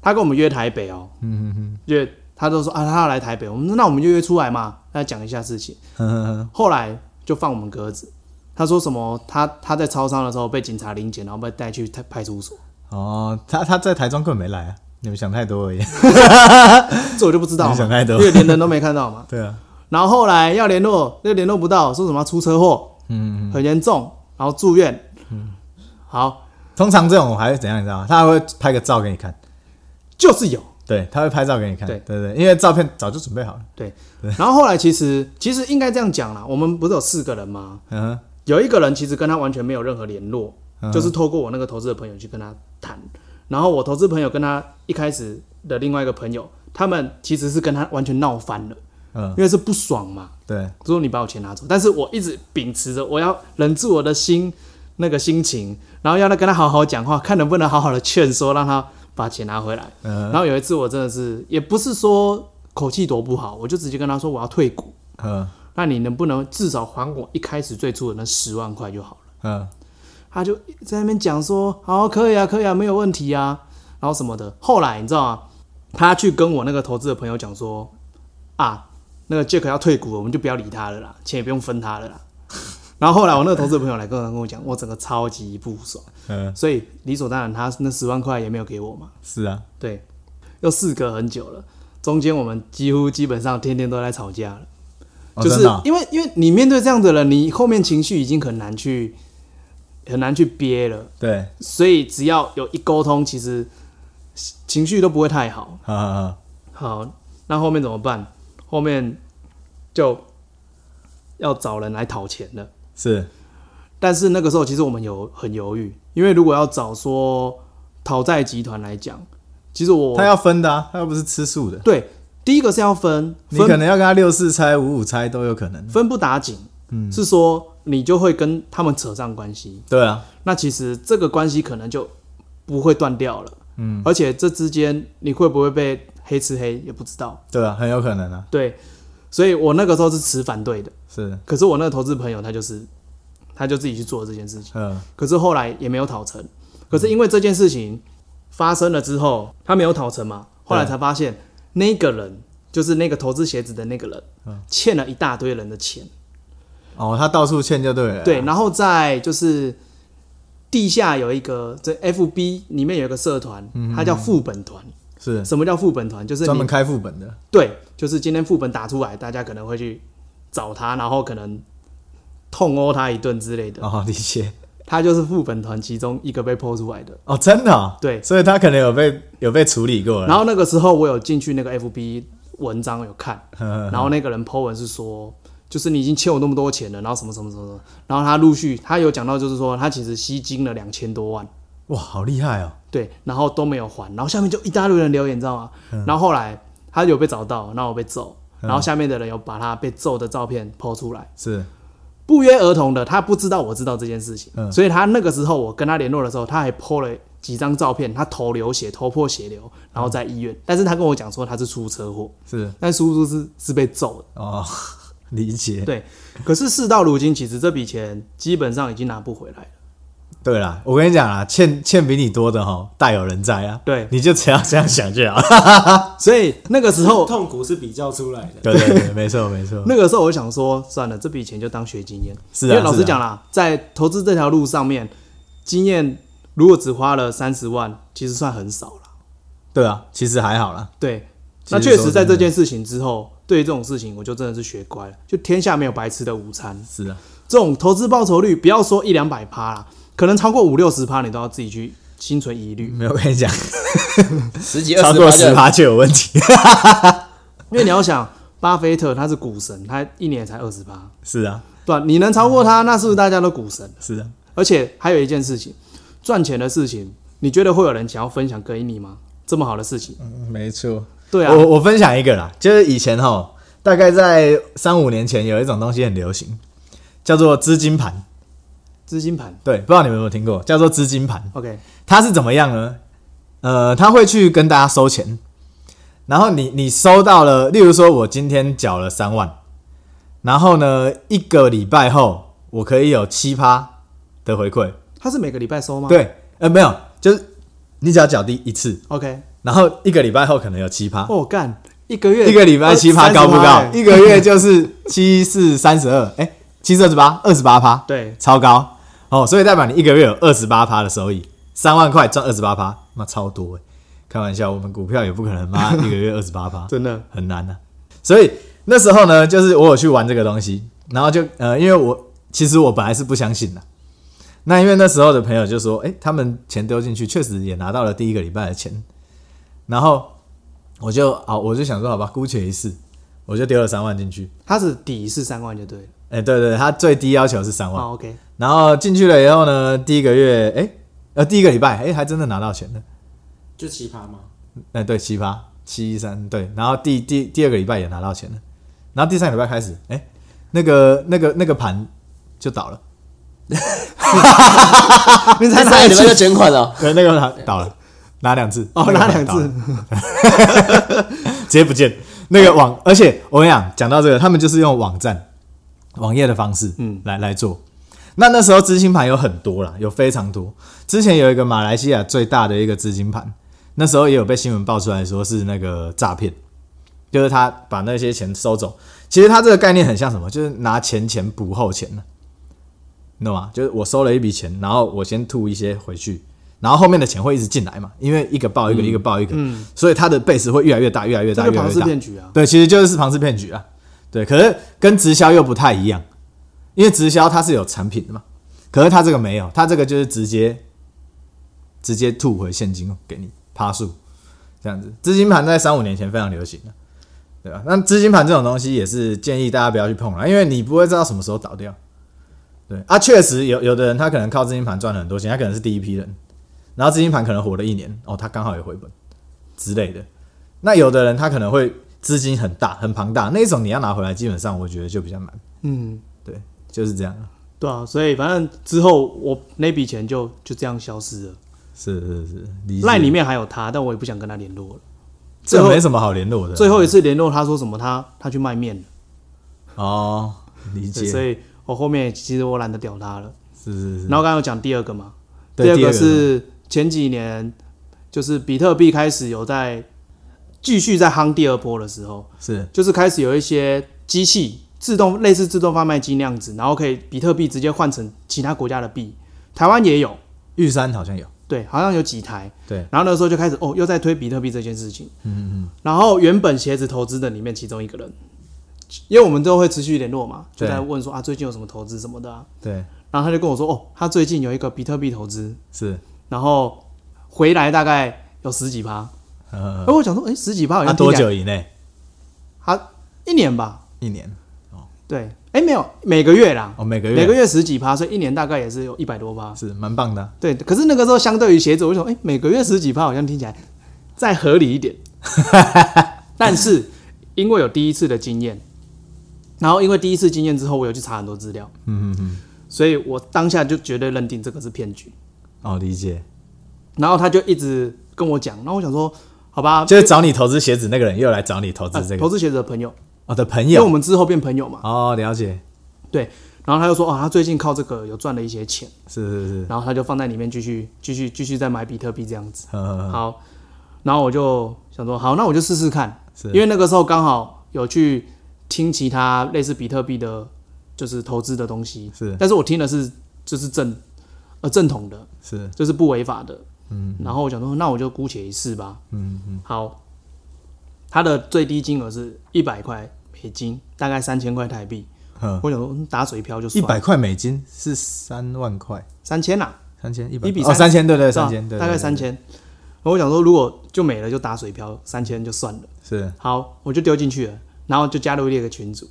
Speaker 2: 他跟我们约台北哦，嗯嗯嗯，约他都说啊，他要来台北，我们说那我们就约出来嘛，跟他讲一下事情。
Speaker 3: 呵呵呵，
Speaker 2: 后来就放我们鸽子，他说什么？他他在超商的时候被警察临检，然后被带去派派出所，
Speaker 3: 哦，他他在台中根本没来啊，你们想太多 而已，
Speaker 2: 这我就不知道
Speaker 3: 你想
Speaker 2: 嘛，
Speaker 3: 太
Speaker 2: 因
Speaker 3: 多
Speaker 2: 为连人都没看到嘛。
Speaker 3: 对啊，
Speaker 2: 然后后来要联络，又联络不到，说什么要出车祸，嗯，很严重，然后住院，嗯，好，
Speaker 3: 通常这种我还会怎样，你知道吗？他还会拍个照给你看，
Speaker 2: 就是有。
Speaker 3: 对，他会拍照给你看，
Speaker 2: 对
Speaker 3: 对对，因为照片早就准备好了，
Speaker 2: 对，然后后来其实其实应该这样讲啦，我们不是有四个人吗？
Speaker 3: 嗯哼，嗯
Speaker 2: 有一个人其实跟他完全没有任何联络，就是透过我那个投资的朋友去跟他谈，然后我投资朋友跟他一开始的另外一个朋友，他们其实是跟他完全闹翻了，
Speaker 3: 嗯，
Speaker 2: 因为是不爽嘛，
Speaker 3: 对，
Speaker 2: 说你把我钱拿走，但是我一直秉持着我要忍住我的心那个心情，然后要跟他好好讲话，看能不能好好的劝说，让他把钱拿回来。
Speaker 3: 嗯
Speaker 2: 然后有一次我真的是也不是说口气多不好，我就直接跟他说我要退股，
Speaker 3: 嗯
Speaker 2: 那你能不能至少还我一开始最初的那十万块就好了？
Speaker 3: 嗯
Speaker 2: 他就在那边讲说好可以啊，可以啊，没有问题啊，然后什么的。后来你知道吗？他去跟我那个投资的朋友讲说啊，那个 Jack 要退股了，我们就不要理他了啦，钱也不用分他了啦。然后后来我那个投资的朋友来跟我跟我讲，我整个超级不爽，
Speaker 3: 嗯，
Speaker 2: 所以理所当然他那十万块也没有给我嘛。
Speaker 3: 是啊，
Speaker 2: 对，又事隔很久了，中间我们几乎基本上天天都在吵架了，
Speaker 3: 哦
Speaker 2: 就
Speaker 3: 真
Speaker 2: 是
Speaker 3: 的哦
Speaker 2: 因为因为你面对这样的人，你后面情绪已经很难去很难去憋了，
Speaker 3: 对，
Speaker 2: 所以只要有一沟通，其实情绪都不会太好。
Speaker 3: 好好好，
Speaker 2: 好，那后面怎么办？后面就要找人来讨钱了。
Speaker 3: 是，
Speaker 2: 但是那个时候其实我们有很犹豫，因为如果要找说讨债集团来讲，其实我
Speaker 3: 他要分的啊，他又不是吃素的，
Speaker 2: 对，第一个是要分，
Speaker 3: 你可
Speaker 2: 分
Speaker 3: 能要跟他六四拆、五五拆都有可能。
Speaker 2: 分不打紧，
Speaker 3: 嗯
Speaker 2: 是说你就会跟他们扯上关系，
Speaker 3: 对啊，
Speaker 2: 那其实这个关系可能就不会断掉了，嗯，而且这之间你会不会被黑吃黑也不知道，
Speaker 3: 对啊，很有可能啊，
Speaker 2: 对，所以我那个时候是持反对的，
Speaker 3: 是，
Speaker 2: 可是我那个投资朋友他就是他就自己去做这件事情，
Speaker 3: 嗯
Speaker 2: 可是后来也没有讨成，可是因为这件事情发生了之后，他没有讨成嘛，后来才发现那个人。就是那个投资鞋子的那个人，欠了一大堆人的钱，
Speaker 3: 哦，他到处欠就对了啊，
Speaker 2: 对，然后在就是地下有一个这 FB 里面有一个社团，它叫副本团。
Speaker 3: 是
Speaker 2: 什么叫副本团？就是
Speaker 3: 嗯专门
Speaker 2: 你
Speaker 3: 开副本的，
Speaker 2: 对，就是今天副本打出来，大家可能会去找他，然后可能痛殴他一顿之类的。
Speaker 3: 哦，理解。
Speaker 2: 他就是副本团其中一个被剖出来的。
Speaker 3: 哦，真的、哦，
Speaker 2: 对
Speaker 3: 所以他可能有被有被处理过了。
Speaker 2: 然后那个时候我有进去那个 FB 文章有看，
Speaker 3: 嗯
Speaker 2: 然后那个人 po 文是说，就是你已经欠我那么多钱了，然后什么什么什么什么，然后他陆续他有讲到就是说他其实吸金了两千多万，
Speaker 3: 哇，好厉害哦！
Speaker 2: 对，然后都没有还，然后下面就一大堆人留言，你知道吗？然后后来他有被找到，然后我被揍，然后下面的人有把他被揍的照片 po 出来，
Speaker 3: 是
Speaker 2: 不约而同的，他不知道我知道这件事情，
Speaker 3: 嗯
Speaker 2: 所以他那个时候我跟他联络的时候，他还 po 了几张照片，他头流血，头破血流，然后在医院，但是他跟我讲说他是出车祸，
Speaker 3: 是
Speaker 2: 但叔叔是是被揍的，
Speaker 3: 哦， 理解。
Speaker 2: 对。可是事到如今，其实这笔钱基本上已经拿不回来了，
Speaker 3: 对啦，我跟你讲啦，欠欠比你多的哈，大有人在啊。
Speaker 2: 对
Speaker 3: 你就只要这样想就 好。
Speaker 2: 所以那个时候，
Speaker 5: 痛苦是比较出来的。
Speaker 3: 对对对，没错没错。
Speaker 2: 那个时候我就想说，算了，这笔钱就当学经验。
Speaker 3: 嗯是啊
Speaker 2: 因为老
Speaker 3: 是
Speaker 2: 实
Speaker 3: 啊
Speaker 2: 讲啦，在投资这条路上面，经验如果只花了三十万，其实算很少了。
Speaker 3: 对啊，其实还好啦。
Speaker 2: 对，
Speaker 3: 其
Speaker 2: 那
Speaker 3: 实
Speaker 2: 确
Speaker 3: 说
Speaker 2: 实
Speaker 3: 真
Speaker 2: 在这
Speaker 3: 的
Speaker 2: 件事情之后，对于这种事情，我就真的是学乖了。就天下没有白吃的午餐，
Speaker 3: 是啊，
Speaker 2: 这种投资报酬率，不要说一两百趴啦，可能超过五六十趴，你都要自己去心存疑虑，
Speaker 3: 没有我跟你 讲，
Speaker 4: 十几
Speaker 3: 超
Speaker 4: 二十
Speaker 3: 过十
Speaker 4: 趴
Speaker 3: 趴就有问题。
Speaker 2: 因为你要想，巴菲特他是股神，他一年才二十趴，
Speaker 3: 是啊
Speaker 2: 对吧、你能超过他，那是不是大家都股神？
Speaker 3: 是啊，
Speaker 2: 而且还有一件事情，赚钱的事情，你觉得会有人想要分享给你吗？这么好的事情，
Speaker 3: 嗯没错。
Speaker 2: 对啊，
Speaker 3: 我我分享一个啦，就是以前哈，大概在三五年前有一种东西很流行，叫做资金盘。
Speaker 2: 资金盘
Speaker 3: 对，不知道你们有没有听过，叫做资金盘。
Speaker 2: ，OK，
Speaker 3: 他是怎么样呢？呃，他会去跟大家收钱，然后你你收到了，例如说我今天缴了三万，然后呢，一个礼拜后我可以有七趴的回馈，
Speaker 2: 他是每个礼拜收吗？
Speaker 3: 对，呃，没有，就是你只要缴第一次，
Speaker 2: ，OK，
Speaker 3: 然后一个礼拜后可能有七趴，
Speaker 2: 哦，干，一个 月
Speaker 3: 一个礼拜七趴
Speaker 2: 30
Speaker 3: 高不高
Speaker 2: 欸？
Speaker 3: 一个月就是七四三十二，哎，七四二十八，二十八趴，
Speaker 2: 对，
Speaker 3: 超高哦，所以代表你一个月有二十八趴的收益，三万块赚二十八趴，那超多哎、开玩笑，我们股票也不可能妈一个月二十八趴，
Speaker 2: 真的
Speaker 3: 很难啊。所以那时候呢，就是我有去玩这个东西，然后就呃，因为我其实我本来是不相信的。那因为那时候的朋友就说，哎、他们钱丢进去，确实也拿到了第一个礼拜的钱，然后我就啊，我就想说，好吧，姑且一试，我就丢了三万进去。
Speaker 2: 他是底是三万就对了。
Speaker 3: 哎、对对，他最低要求是三万，
Speaker 2: 哦，OK，
Speaker 3: 然后进去了以后呢，第一个月，哎、呃，第一个礼拜，哎、还真的拿到钱了。
Speaker 5: 就奇葩吗？
Speaker 3: 哎、对，七八七一三，对。然后第第第二个礼拜也拿到钱了，然后第三个礼拜开始，哎、那个那个那个盘就倒 了，
Speaker 2: 你才
Speaker 4: 三
Speaker 2: 拿
Speaker 4: 个
Speaker 2: 一
Speaker 4: 礼拜就
Speaker 2: 次，
Speaker 4: 捐款 啊了，
Speaker 3: 对，那个盘倒了，拿两次，
Speaker 2: 哦，
Speaker 3: 那
Speaker 2: 拿
Speaker 3: 个盘
Speaker 2: 两
Speaker 3: 倒了
Speaker 2: 次，
Speaker 3: 直接不见。那个网，而且我跟你讲，讲到这个，他们就是用网站、网页的方式，嗯，来来做。那那时候资金盘有很多啦，有非常多。之前有一个马来西亚最大的一个资金盘，那时候也有被新闻爆出来说是那个诈骗，就是他把那些钱收走。其实他这个概念很像什么，就是拿钱钱补后钱呢、你懂吗？就是我收了一笔钱，然后我先吐一些回去，然后后面的钱会一直进来嘛，因为一个爆一个，一个爆一个，所以它的 base 会越来越大，越来越
Speaker 2: 嗯这
Speaker 3: 大，
Speaker 2: 个
Speaker 3: 越来
Speaker 2: 庞
Speaker 3: 越
Speaker 2: 氏
Speaker 3: 大。
Speaker 2: 骗局啊，
Speaker 3: 对，其实就是庞氏骗局啊。对，可是跟直销又不太一样，因为直销它是有产品的嘛，可是它这个没有，它这个就是直接直接吐回现金给你趴数这样子。资金盘在三五年前非常流行的，对吧？那资金盘这种东西也是建议大家不要去碰了，因为你不会知道什么时候倒掉。对啊，确实有有的人他可能靠资金盘赚了很多钱，他可能是第一批人，然后资金盘可能活了一年，哦，他刚好也回本之类的。那有的人他可能会资金很大、很庞大，那一种你要拿回来，基本上我觉得就比较难。
Speaker 2: 嗯，
Speaker 3: 对，就是这样。
Speaker 2: 对啊，所以反正之后我那笔钱就就这样消失了。
Speaker 3: 是是是，理解
Speaker 2: 赖里面还有他，但我也不想跟他联络了。最
Speaker 3: 这
Speaker 2: 后
Speaker 3: 没什么好联络的。
Speaker 2: 最后一次联络，他说什么？他他去卖面了，
Speaker 3: 哦，理
Speaker 2: 对
Speaker 3: 解。
Speaker 2: 所以我后面其实我懒得屌他了。
Speaker 3: 是是是，
Speaker 2: 然后刚刚有讲第二个嘛，
Speaker 3: 对
Speaker 2: 二
Speaker 3: 第二
Speaker 2: 个
Speaker 3: 个
Speaker 2: 是前几年就是比特币开始有在继续在夯第二波的时候，
Speaker 3: 是
Speaker 2: 就是开始有一些机器自动类似自动贩卖机那样子，然后可以比特币直接换成其他国家的币，台湾也有，
Speaker 3: 玉山好像有，
Speaker 2: 对，好像有几台。
Speaker 3: 对，
Speaker 2: 然后那时候就开始哦，又在推比特币这件事情。嗯嗯。然后原本鞋子投资的里面其中一个人，因为我们都会持续联络嘛，就
Speaker 3: 对
Speaker 2: 在问说啊，最近有什么投资什么的、啊。
Speaker 3: 对，
Speaker 2: 然后他就跟我说，哦，他最近有一个比特币投资，
Speaker 3: 是，
Speaker 2: 然后回来大概有十几趴。
Speaker 3: 呃，
Speaker 2: 哎，我想说，哎，十几趴好
Speaker 3: 那
Speaker 2: 像
Speaker 3: 啊多
Speaker 2: 听起来？
Speaker 3: 久以内？
Speaker 2: 他一年吧？
Speaker 3: 一年
Speaker 2: 对，哎，没有，每个月啦，
Speaker 3: 哦，每个月
Speaker 2: 每个月十几趴，所以一年大概也是有一百多趴。
Speaker 3: 是蛮棒的啊，
Speaker 2: 对，可是那个时候相对于鞋子，我就想，哎、每个月十几趴好像听起来再合理 一点。但是因为有第一次的经验，然后因为第一次经验之后，我有去查很多资料，
Speaker 3: 嗯嗯嗯，
Speaker 2: 所以我当下就绝对认定这个是骗局。
Speaker 3: 哦，理解，
Speaker 2: 然后他就一直跟我讲，然后我想说，好吧，
Speaker 3: 就是找你投资鞋子那个人又来找你投
Speaker 2: 啊
Speaker 3: 资这
Speaker 2: 投
Speaker 3: 个，
Speaker 2: 资鞋子的朋友，
Speaker 3: 哦的朋
Speaker 2: 因为我
Speaker 3: 友，
Speaker 2: 们之后变朋友嘛。
Speaker 3: 哦，了解，
Speaker 2: 对，然后他就说，哦，他最近靠这个有赚了一些钱，
Speaker 3: 是是是，
Speaker 2: 然后他就放在里面继续继续继续再买比特币这样子。
Speaker 3: 呵呵呵
Speaker 2: 好，然后我就想说，好，那我就试试看，
Speaker 3: 是
Speaker 2: 因为那个时候刚好有去听其他类似比特币的，就是投资的东西，
Speaker 3: 是
Speaker 2: 但是我听的是就是正呃正统的，
Speaker 3: 是，
Speaker 2: 就是不违法的，嗯，然后我想说，那我就姑且一试吧，
Speaker 3: 嗯嗯，
Speaker 2: 好，它的最低金额是一百块美金，大概三千块台币，
Speaker 3: 嗯，
Speaker 2: 我想说嗯打水漂就
Speaker 3: 一
Speaker 2: 算
Speaker 3: 百块美金是三万块，
Speaker 2: 三千啦，
Speaker 3: 三千一百，
Speaker 2: 一比
Speaker 3: 哦，三千，对对，三千，
Speaker 2: 是吧
Speaker 3: 对，
Speaker 2: 大概
Speaker 3: 对
Speaker 2: 三，千，然后我想说，如果就没了就打水漂，三千就算了。
Speaker 3: 对是，
Speaker 2: 好，我就丢进去了，然后就加入了一个群组。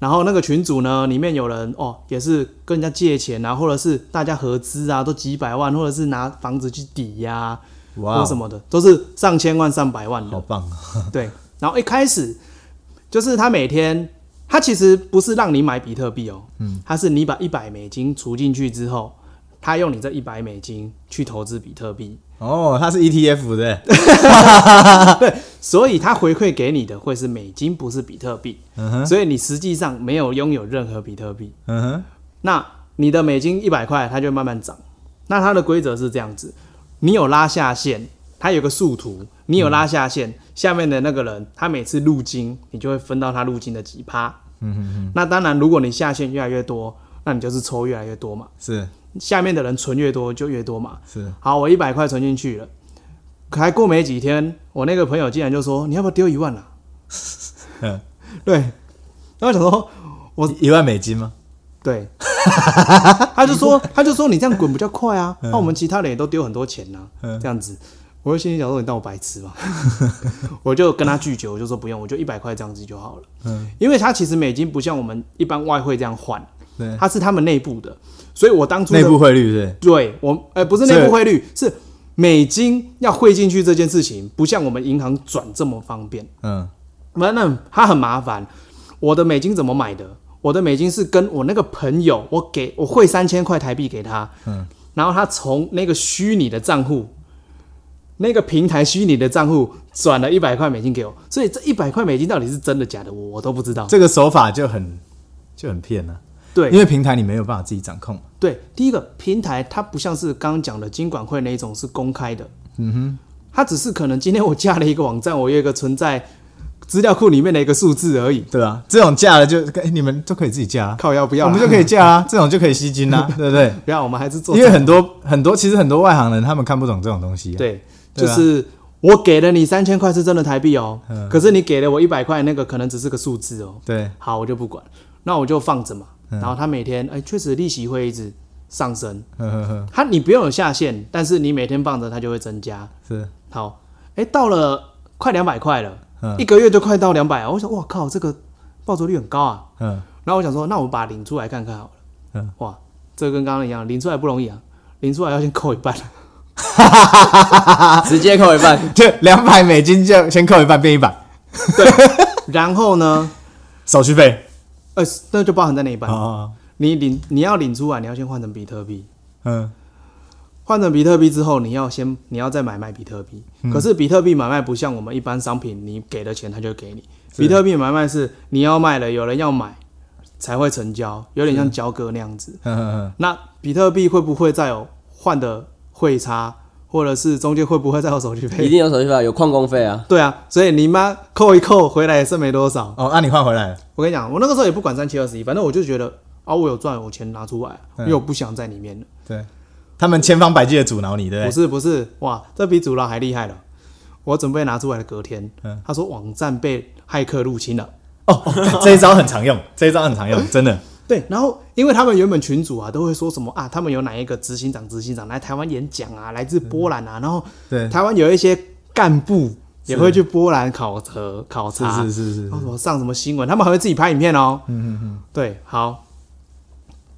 Speaker 2: 然后那个群组呢，里面有人哦，也是跟人家借钱啊，或者是大家合资啊，都几百万，或者是拿房子去抵押、
Speaker 3: 哇
Speaker 2: 或
Speaker 3: 哦
Speaker 2: 者，什么的，都是上千万、上百万
Speaker 3: 好
Speaker 2: 的。
Speaker 3: 棒啊，
Speaker 2: 对，然后一开始就是他每天，他其实不是让你买比特币哦，嗯，他是你把一百美金除进去之后，他用你这一百美金去投资比特币，
Speaker 3: 哦，它是 ETF 的，
Speaker 2: 所以它回馈给你的会是美金，不是比特币。
Speaker 3: 嗯哼，
Speaker 2: 所以你实际上没有拥有任何比特币。
Speaker 3: 嗯哼，
Speaker 2: 那你的美金一百块，它就慢慢涨。那它的规则是这样子：你有拉下线，它有个速图，你有拉下
Speaker 3: 嗯
Speaker 2: 线，下面的那个人他每次入金，你就会分到他入金的几趴。嗯嗯嗯。那当然，如果你下线越来越多，那你就是抽越来越多嘛。
Speaker 3: 是
Speaker 2: 下面的人存越多就越多嘛。
Speaker 3: 是，
Speaker 2: 好，我一百块存进去了，还过没几天，我那个朋友竟然就说：“你要不要丢一万啊？”对，然后我想说，我
Speaker 3: 一万美金吗？
Speaker 2: 对， 他就说，他就说你这样滚比较快啊，
Speaker 3: 嗯
Speaker 2: 那、我们其他人也都丢很多钱呐、这样子，我就心里想说你当我白痴吧， 我就跟他拒绝，我就说不用，我就一百块这样子就好了，嗯，因为他其实美金不像我们一般外汇这样换，
Speaker 3: 对
Speaker 2: 它是他们内部的，所以我当初的
Speaker 3: 内部汇率是
Speaker 2: 对我，呃，不是内部汇率，是美金要汇进去这件事情，不像我们银行转这么方便。
Speaker 3: 不是，嗯，
Speaker 2: 那那它很麻烦。我的美金怎么买的？我的美金是跟我那个朋友，我给我汇三千块台币给他，嗯，然后他从那个虚拟的账户，那个平台虚拟的账户转了一百块美金给我，所以这一百块美金到底是真的假的，我我都不知道。
Speaker 3: 这个手法就很就很骗了、
Speaker 2: 对，
Speaker 3: 因为平台你没有办法自己掌控嘛，
Speaker 2: 对，第一个平台它不像是刚刚讲的金管会那一种是公开的，嗯哼，它只是可能今天我架了一个网站，我有一个存在资料库里面的一个数字而已，
Speaker 3: 对吧、这种架了就、哎你们都可以自己架、啊，
Speaker 2: 靠要不要
Speaker 3: 我
Speaker 2: 啦？
Speaker 3: 们就可以架啊， 这种就可以吸金 啊，对不对？
Speaker 2: 不要，我们还是做
Speaker 3: 因为很多很多其实很多外行人他们看不懂这种东西、啊，，
Speaker 2: 对，就
Speaker 3: 对啊嗯
Speaker 2: 是我给了你三千块是真的台币哦，可是你给了我一百块，那个可能只是个数字哦。
Speaker 3: 对
Speaker 2: 好，我就不管，那我就放着嘛。
Speaker 3: 嗯
Speaker 2: 然后它每天哎，确实利息会一直上升，
Speaker 3: 呵呵呵，
Speaker 2: 它你不用有下限，但是你每天放着它就会增加。
Speaker 3: 是，
Speaker 2: 好，哎，到了快两百块了，
Speaker 3: 嗯
Speaker 2: 一个月就快到两百啊！我想，哇靠，这个报酬率很高啊！
Speaker 3: 嗯，
Speaker 2: 然后我想说，那我把它领出来看看好了。
Speaker 3: 嗯
Speaker 2: 哇，这跟刚刚一样，领出来不容易啊，领出来要先扣一半。
Speaker 3: 啊
Speaker 4: 直接扣一 半。
Speaker 3: 就 两百美金就先扣一半变一百，
Speaker 2: 然后呢，
Speaker 3: 手续费，
Speaker 2: 呃，那就包含在那一半。
Speaker 3: 哦，
Speaker 2: 你领你要领出来，你要先换成比特币，
Speaker 3: 嗯，
Speaker 2: 换成比特币之后，你要先你要再买卖比特币。
Speaker 3: 嗯
Speaker 2: 可是比特币买卖不像我们一般商品，你给了钱他就给你。比特币买卖是你要卖了，有人要买才会成交，有点像交割那样子。
Speaker 3: 呵呵呵，
Speaker 2: 那比特币会不会再有换的汇差，或者是中间会不会再有手续
Speaker 4: 一
Speaker 2: 费？
Speaker 4: 定有手续费，有旷工费啊。
Speaker 2: 对啊，所以你妈扣一扣回来也剩没多少。
Speaker 3: 哦，那、你换回来了，
Speaker 2: 我跟你讲，我那个时候也不管三七二十一，反正我就觉得啊，我有赚，我钱拿出来，因为我不想在里面了。
Speaker 3: 对，他们千方百计的阻挠你，对
Speaker 2: 不
Speaker 3: 不对？
Speaker 2: 是不是，哇，这比阻挠还厉害了。我准备拿出来的隔天，他说网站被骇客入侵了。
Speaker 3: 哦，哦这一招很常用，这一招很常用，真的。
Speaker 2: 对，然后因为他们原本群主啊都会说什么啊，他们有哪一个执行长、执行长来台湾演讲啊，来自波兰啊，然后
Speaker 3: 对
Speaker 2: 台湾有一些干部也会去波兰考核考察，
Speaker 3: 是是是是
Speaker 2: 然后什么上什么新闻，他们还会自己拍影片哦。嗯嗯嗯，对，好，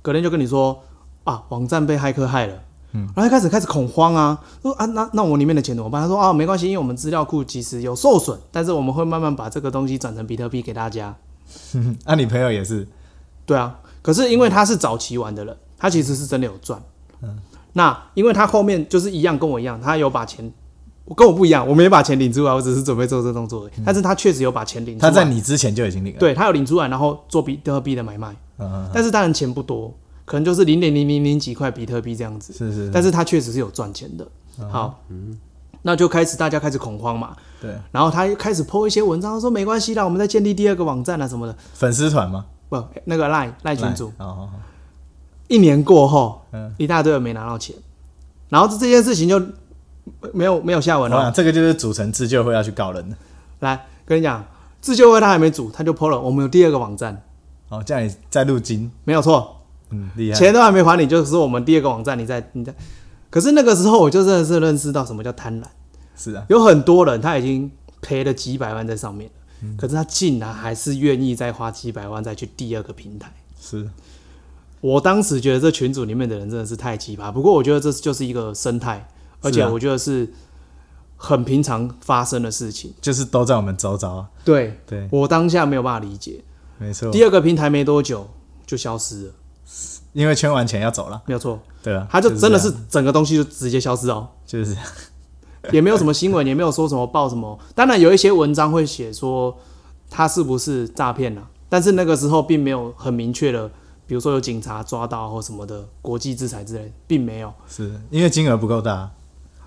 Speaker 2: 隔天就跟你说啊，网站被骇客害了。嗯，然后一开始开始恐慌啊，说啊，那那我里面的钱怎么办？他说啊，没关系，因为我们资料库其实有受损，但是我们会慢慢把这个东西转成比特币给大家。
Speaker 3: 那、啊你朋友也是，
Speaker 2: 对啊，可是因为他是早期玩的人，他其实是真的有赚。嗯，那因为他后面就是一样跟我一样，他有把钱，我跟我不一样，我没把钱领出来，我只是准备做这动作而已。但是他确实有把钱领出
Speaker 3: 嗯他
Speaker 2: 来，
Speaker 3: 在你之前就已经领了。
Speaker 2: 对他有领出来，然后做比特币的买卖。嗯，但是当然钱不多，可能就是零点零零零几块比特币这样子。
Speaker 3: 是嗯是
Speaker 2: 但是他确实是有赚钱的。好，那就开始大家开始恐慌嘛，
Speaker 3: 对，
Speaker 2: 然后他又开始 po 一些文章，他说没关系啦，我们再建立第二个网站啊什么的。
Speaker 3: 粉丝团吗？
Speaker 2: 不，那个赖赖群主，
Speaker 3: 来哦哦，哦
Speaker 2: 一年过后，
Speaker 3: 嗯
Speaker 2: 一大堆人没拿到钱，然后这这件事情就没有没有下
Speaker 3: 我
Speaker 2: 文了。
Speaker 3: 想这个就是组成自救会要去告人的。
Speaker 2: 来跟你讲，自救会他还没组，他就 PO 了，我们有第二个网站，
Speaker 3: 哦，叫你再入金，
Speaker 2: 没有错，
Speaker 3: 嗯，厉害。
Speaker 2: 钱都还没还你，就是说我们第二个网站，你在你在。可是那个时候我就真的是认识到什么叫贪婪，
Speaker 3: 是啊，
Speaker 2: 有很多人他已经赔了几百万在上面了，可是他竟然还是愿意再花几百万再去第二个平台。
Speaker 3: 是
Speaker 2: 我当时觉得这群组里面的人真的是太奇葩，不过我觉得这就是一个生态，而且我觉得是很平常发生的事情。
Speaker 3: 就是都在我们周遭啊。
Speaker 2: 对
Speaker 3: 对，
Speaker 2: 我当下没有办法理解，
Speaker 3: 没错，
Speaker 2: 第二个平台没多久就消失了，
Speaker 3: 因为圈完钱要走了，
Speaker 2: 没有错，
Speaker 3: 对啊，
Speaker 2: 它就真的是
Speaker 3: 这样
Speaker 2: 整个东西就直接消失哦，
Speaker 3: 就是这样
Speaker 2: 也没有什么新闻， 也没有说什么报什么。当然有一些文章会写说他是不是诈骗了，但是那个时候并没有很明确的，比如说有警察抓到或什么的国际制裁之类，并没有。
Speaker 3: 是因为金额不够大，啊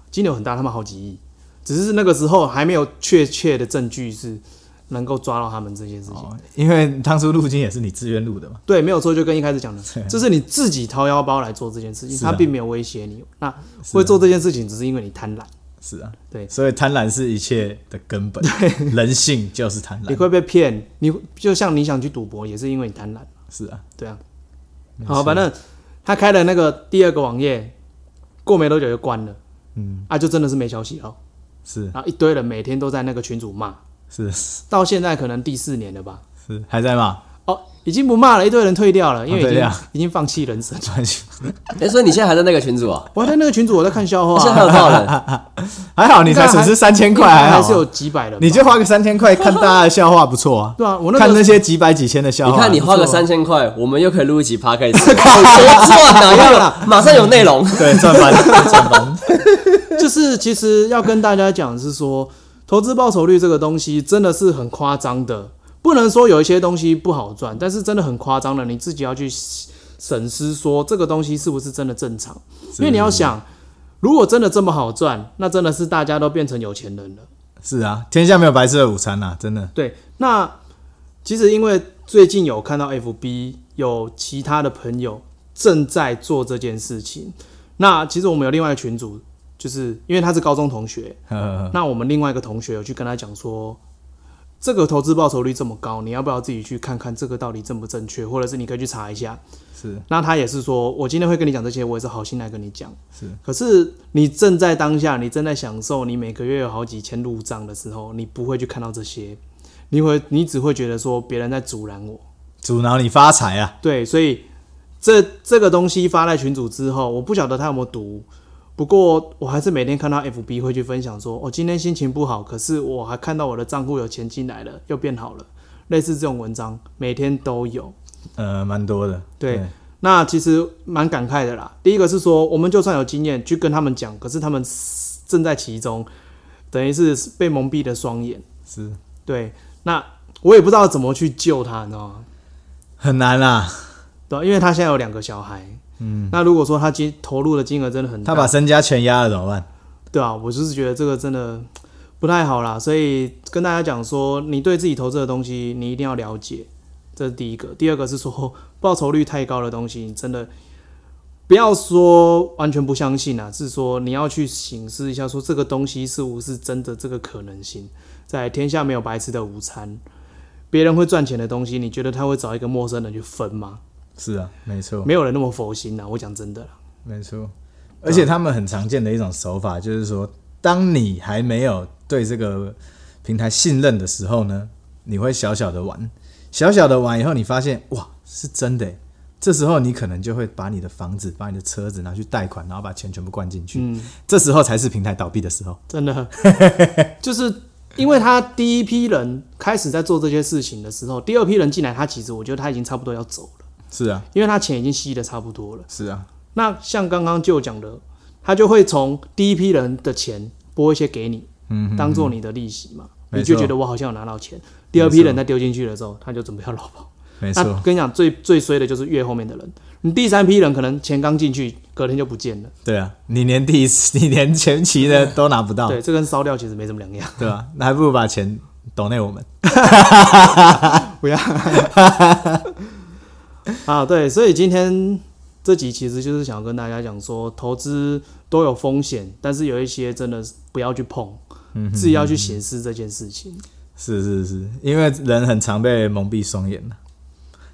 Speaker 2: 金流很大，他们好几亿，只是那个时候还没有确切的证据是能够抓到他们这些事情。
Speaker 3: 哦，因为当初入金也是你自愿入的嘛。
Speaker 2: 对，没有错，就跟一开始 讲的，这是你自己掏腰包来做这件事情，
Speaker 3: 是啊
Speaker 2: 他并没有威胁你。哦那会做这件事情， 只是啊因为你贪婪，
Speaker 3: 是啊，
Speaker 2: 对
Speaker 3: 所以贪婪是一切的根本，人性就是贪
Speaker 2: 你
Speaker 3: 婪。
Speaker 2: 会被骗。你就像你想去赌博，也是因为你贪婪，
Speaker 3: 是啊，
Speaker 2: 对啊。好，反正他开了那个第二个网页，过没多久就关了，嗯，啊，就真的是没消息了。
Speaker 3: 是
Speaker 2: 然后一堆人每天都在那个群组骂，
Speaker 3: 是是
Speaker 2: 到现在可能第四年了吧。
Speaker 3: 是，还在 吗？
Speaker 2: 哦，已经不骂了，一堆人退掉了，因为已
Speaker 3: 退
Speaker 2: 经、
Speaker 3: 掉
Speaker 2: 已经放弃人生。
Speaker 3: 专心
Speaker 4: 哎，所以你现在还在那个群组 啊？
Speaker 2: 我还在那个群组，我在看笑话、
Speaker 4: 现在还有多少人？
Speaker 3: 还好你才损失三千块，还好
Speaker 2: 还
Speaker 3: 啊
Speaker 2: 是有几百人吧。
Speaker 3: 你就花个三千块看大家的笑话不错啊。
Speaker 2: 对啊 我那个
Speaker 3: 看那些几百几千的笑
Speaker 4: 你
Speaker 3: 话，
Speaker 4: 看你花个
Speaker 3: 不错啊
Speaker 4: 三千块，我们又可以录一集 p o d c a s 多赚啊！要了，马上有内容。
Speaker 3: 啊对赚翻了 赚翻了，
Speaker 2: 就是其实要跟大家讲是说，投资报酬率这个东西真的是很夸张的，不能说有一些东西不好赚，但是真的很夸张的，你自己要去审视说这个东西是不是真的正常，因为你要想，如果真的这么好赚，那真的是大家都变成有钱人了。
Speaker 3: 是啊，天下没有白吃的午餐啊，真的
Speaker 2: 对，那其实因为最近有看到 FB 有其他的朋友正在做这件事情，那其实我们有另外一个群组，就是因为他是高中同学，
Speaker 3: 呵呵呵
Speaker 2: 那我们另外一个同学有去跟他讲说，这个投资报酬率这么高，你要不要自己去看看这个到底正不正确，或者是你可以去查一下。
Speaker 3: 是
Speaker 2: 那他也是说，我今天会跟你讲这些，我也是好心来跟你讲。
Speaker 3: 是，
Speaker 2: 可是你正在当下，你正在享受你每个月有好几千入账的时候，你不会去看到这些，你会你只会觉得说别人在阻拦我。
Speaker 3: 阻挠你发财啊，
Speaker 2: 对，所以这这个东西发在群组之后，我不晓得他有没有读，不过我还是每天看到 FB 会去分享说，哦，今天心情不好，可是我还看到我的账户有钱进来了，又变好了，类似这种文章每天都有。
Speaker 3: 呃，蛮多的。
Speaker 2: 对，那其实蛮感慨的啦。第一个是说，我们就算有经验去跟他们讲，可是他们正在其中，等于是被蒙蔽了双眼。
Speaker 3: 是
Speaker 2: 对，那我也不知道怎么去救他，你知道吗？
Speaker 3: 很难啦。
Speaker 2: 对啊，因为他现在有两个小孩，嗯，那如果说他金投入的金额真的很
Speaker 3: 他
Speaker 2: 大，
Speaker 3: 把身家全压了怎么办？
Speaker 2: 对啊，我就是觉得这个真的不太好啦，所以跟大家讲说，你对自己投资的东西，你一定要了解，这是第一个。第二个是说，报酬率太高的东西，你真的不要说完全不相信啊，是说你要去醒思一下，说这个东西是不是真的这个可能性。在天下没有白吃的午餐，别人会赚钱的东西，你觉得他会找一个陌生人去分吗？
Speaker 3: 是啊，没错，
Speaker 2: 没有人那么佛心呐、啊我讲真的啦，
Speaker 3: 没错。而且他们很常见的一种手法就是说，当你还没有对这个平台信任的时候呢，你会小小的玩，小小的玩以后，你发现哇是真的耶，这时候你可能就会把你的房子、把你的车子拿去贷款，然后把钱全部灌进去，这时候才是平台倒闭的时候。
Speaker 2: 真的， 就是因为他第一批人开始在做这些事情的时候，第二批人进来，他其实我觉得他已经差不多要走了，
Speaker 3: 是啊，
Speaker 2: 因为他钱已经吸的差不多了。
Speaker 3: 是啊，
Speaker 2: 那像刚刚就讲的，他就会从第一批人的钱拨一些给你，嗯，当做你的利息嘛，
Speaker 3: 没
Speaker 2: 你就
Speaker 3: 错
Speaker 2: 觉得我好像有拿到钱。第二批人再丢进去的时候，他就准备要落跑。
Speaker 3: 没
Speaker 2: 那
Speaker 3: 错，
Speaker 2: 跟你讲，最最衰的就是越后面的人，你第三批人可能钱刚进去，隔天就不见了。
Speaker 3: 对啊，你连第一次，你连前期的都拿不到，
Speaker 2: 对，这跟烧掉其实没什么两样。
Speaker 3: 对吧、那还不如把钱抖内我们。
Speaker 2: 不要啊，对，所以今天这集其实就是想跟大家讲说，投资都有风险，但是有一些真的是不要去碰，
Speaker 3: 嗯
Speaker 2: 自己要去显示这件事情。
Speaker 3: 是是是，因为人很常被蒙蔽双眼啊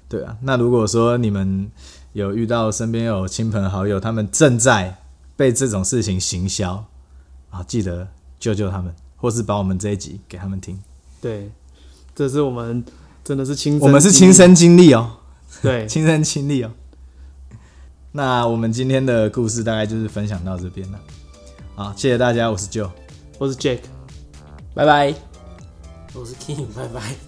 Speaker 3: 对啊，那如果说你们有遇到身边有亲朋好友，他们正在被这种事情行销啊，记得救救他们，或是把我们这一集给他们听。
Speaker 2: 对，这是我们真的是亲身经历，
Speaker 3: 我们是亲身经历哦，
Speaker 2: 对，
Speaker 3: 亲身经历哦。那我们今天的故事大概就是分享到这边了。好，谢谢大家，我是 Joe。
Speaker 2: 我是 Jack。
Speaker 4: 拜拜。
Speaker 5: 我是 Kim，拜拜。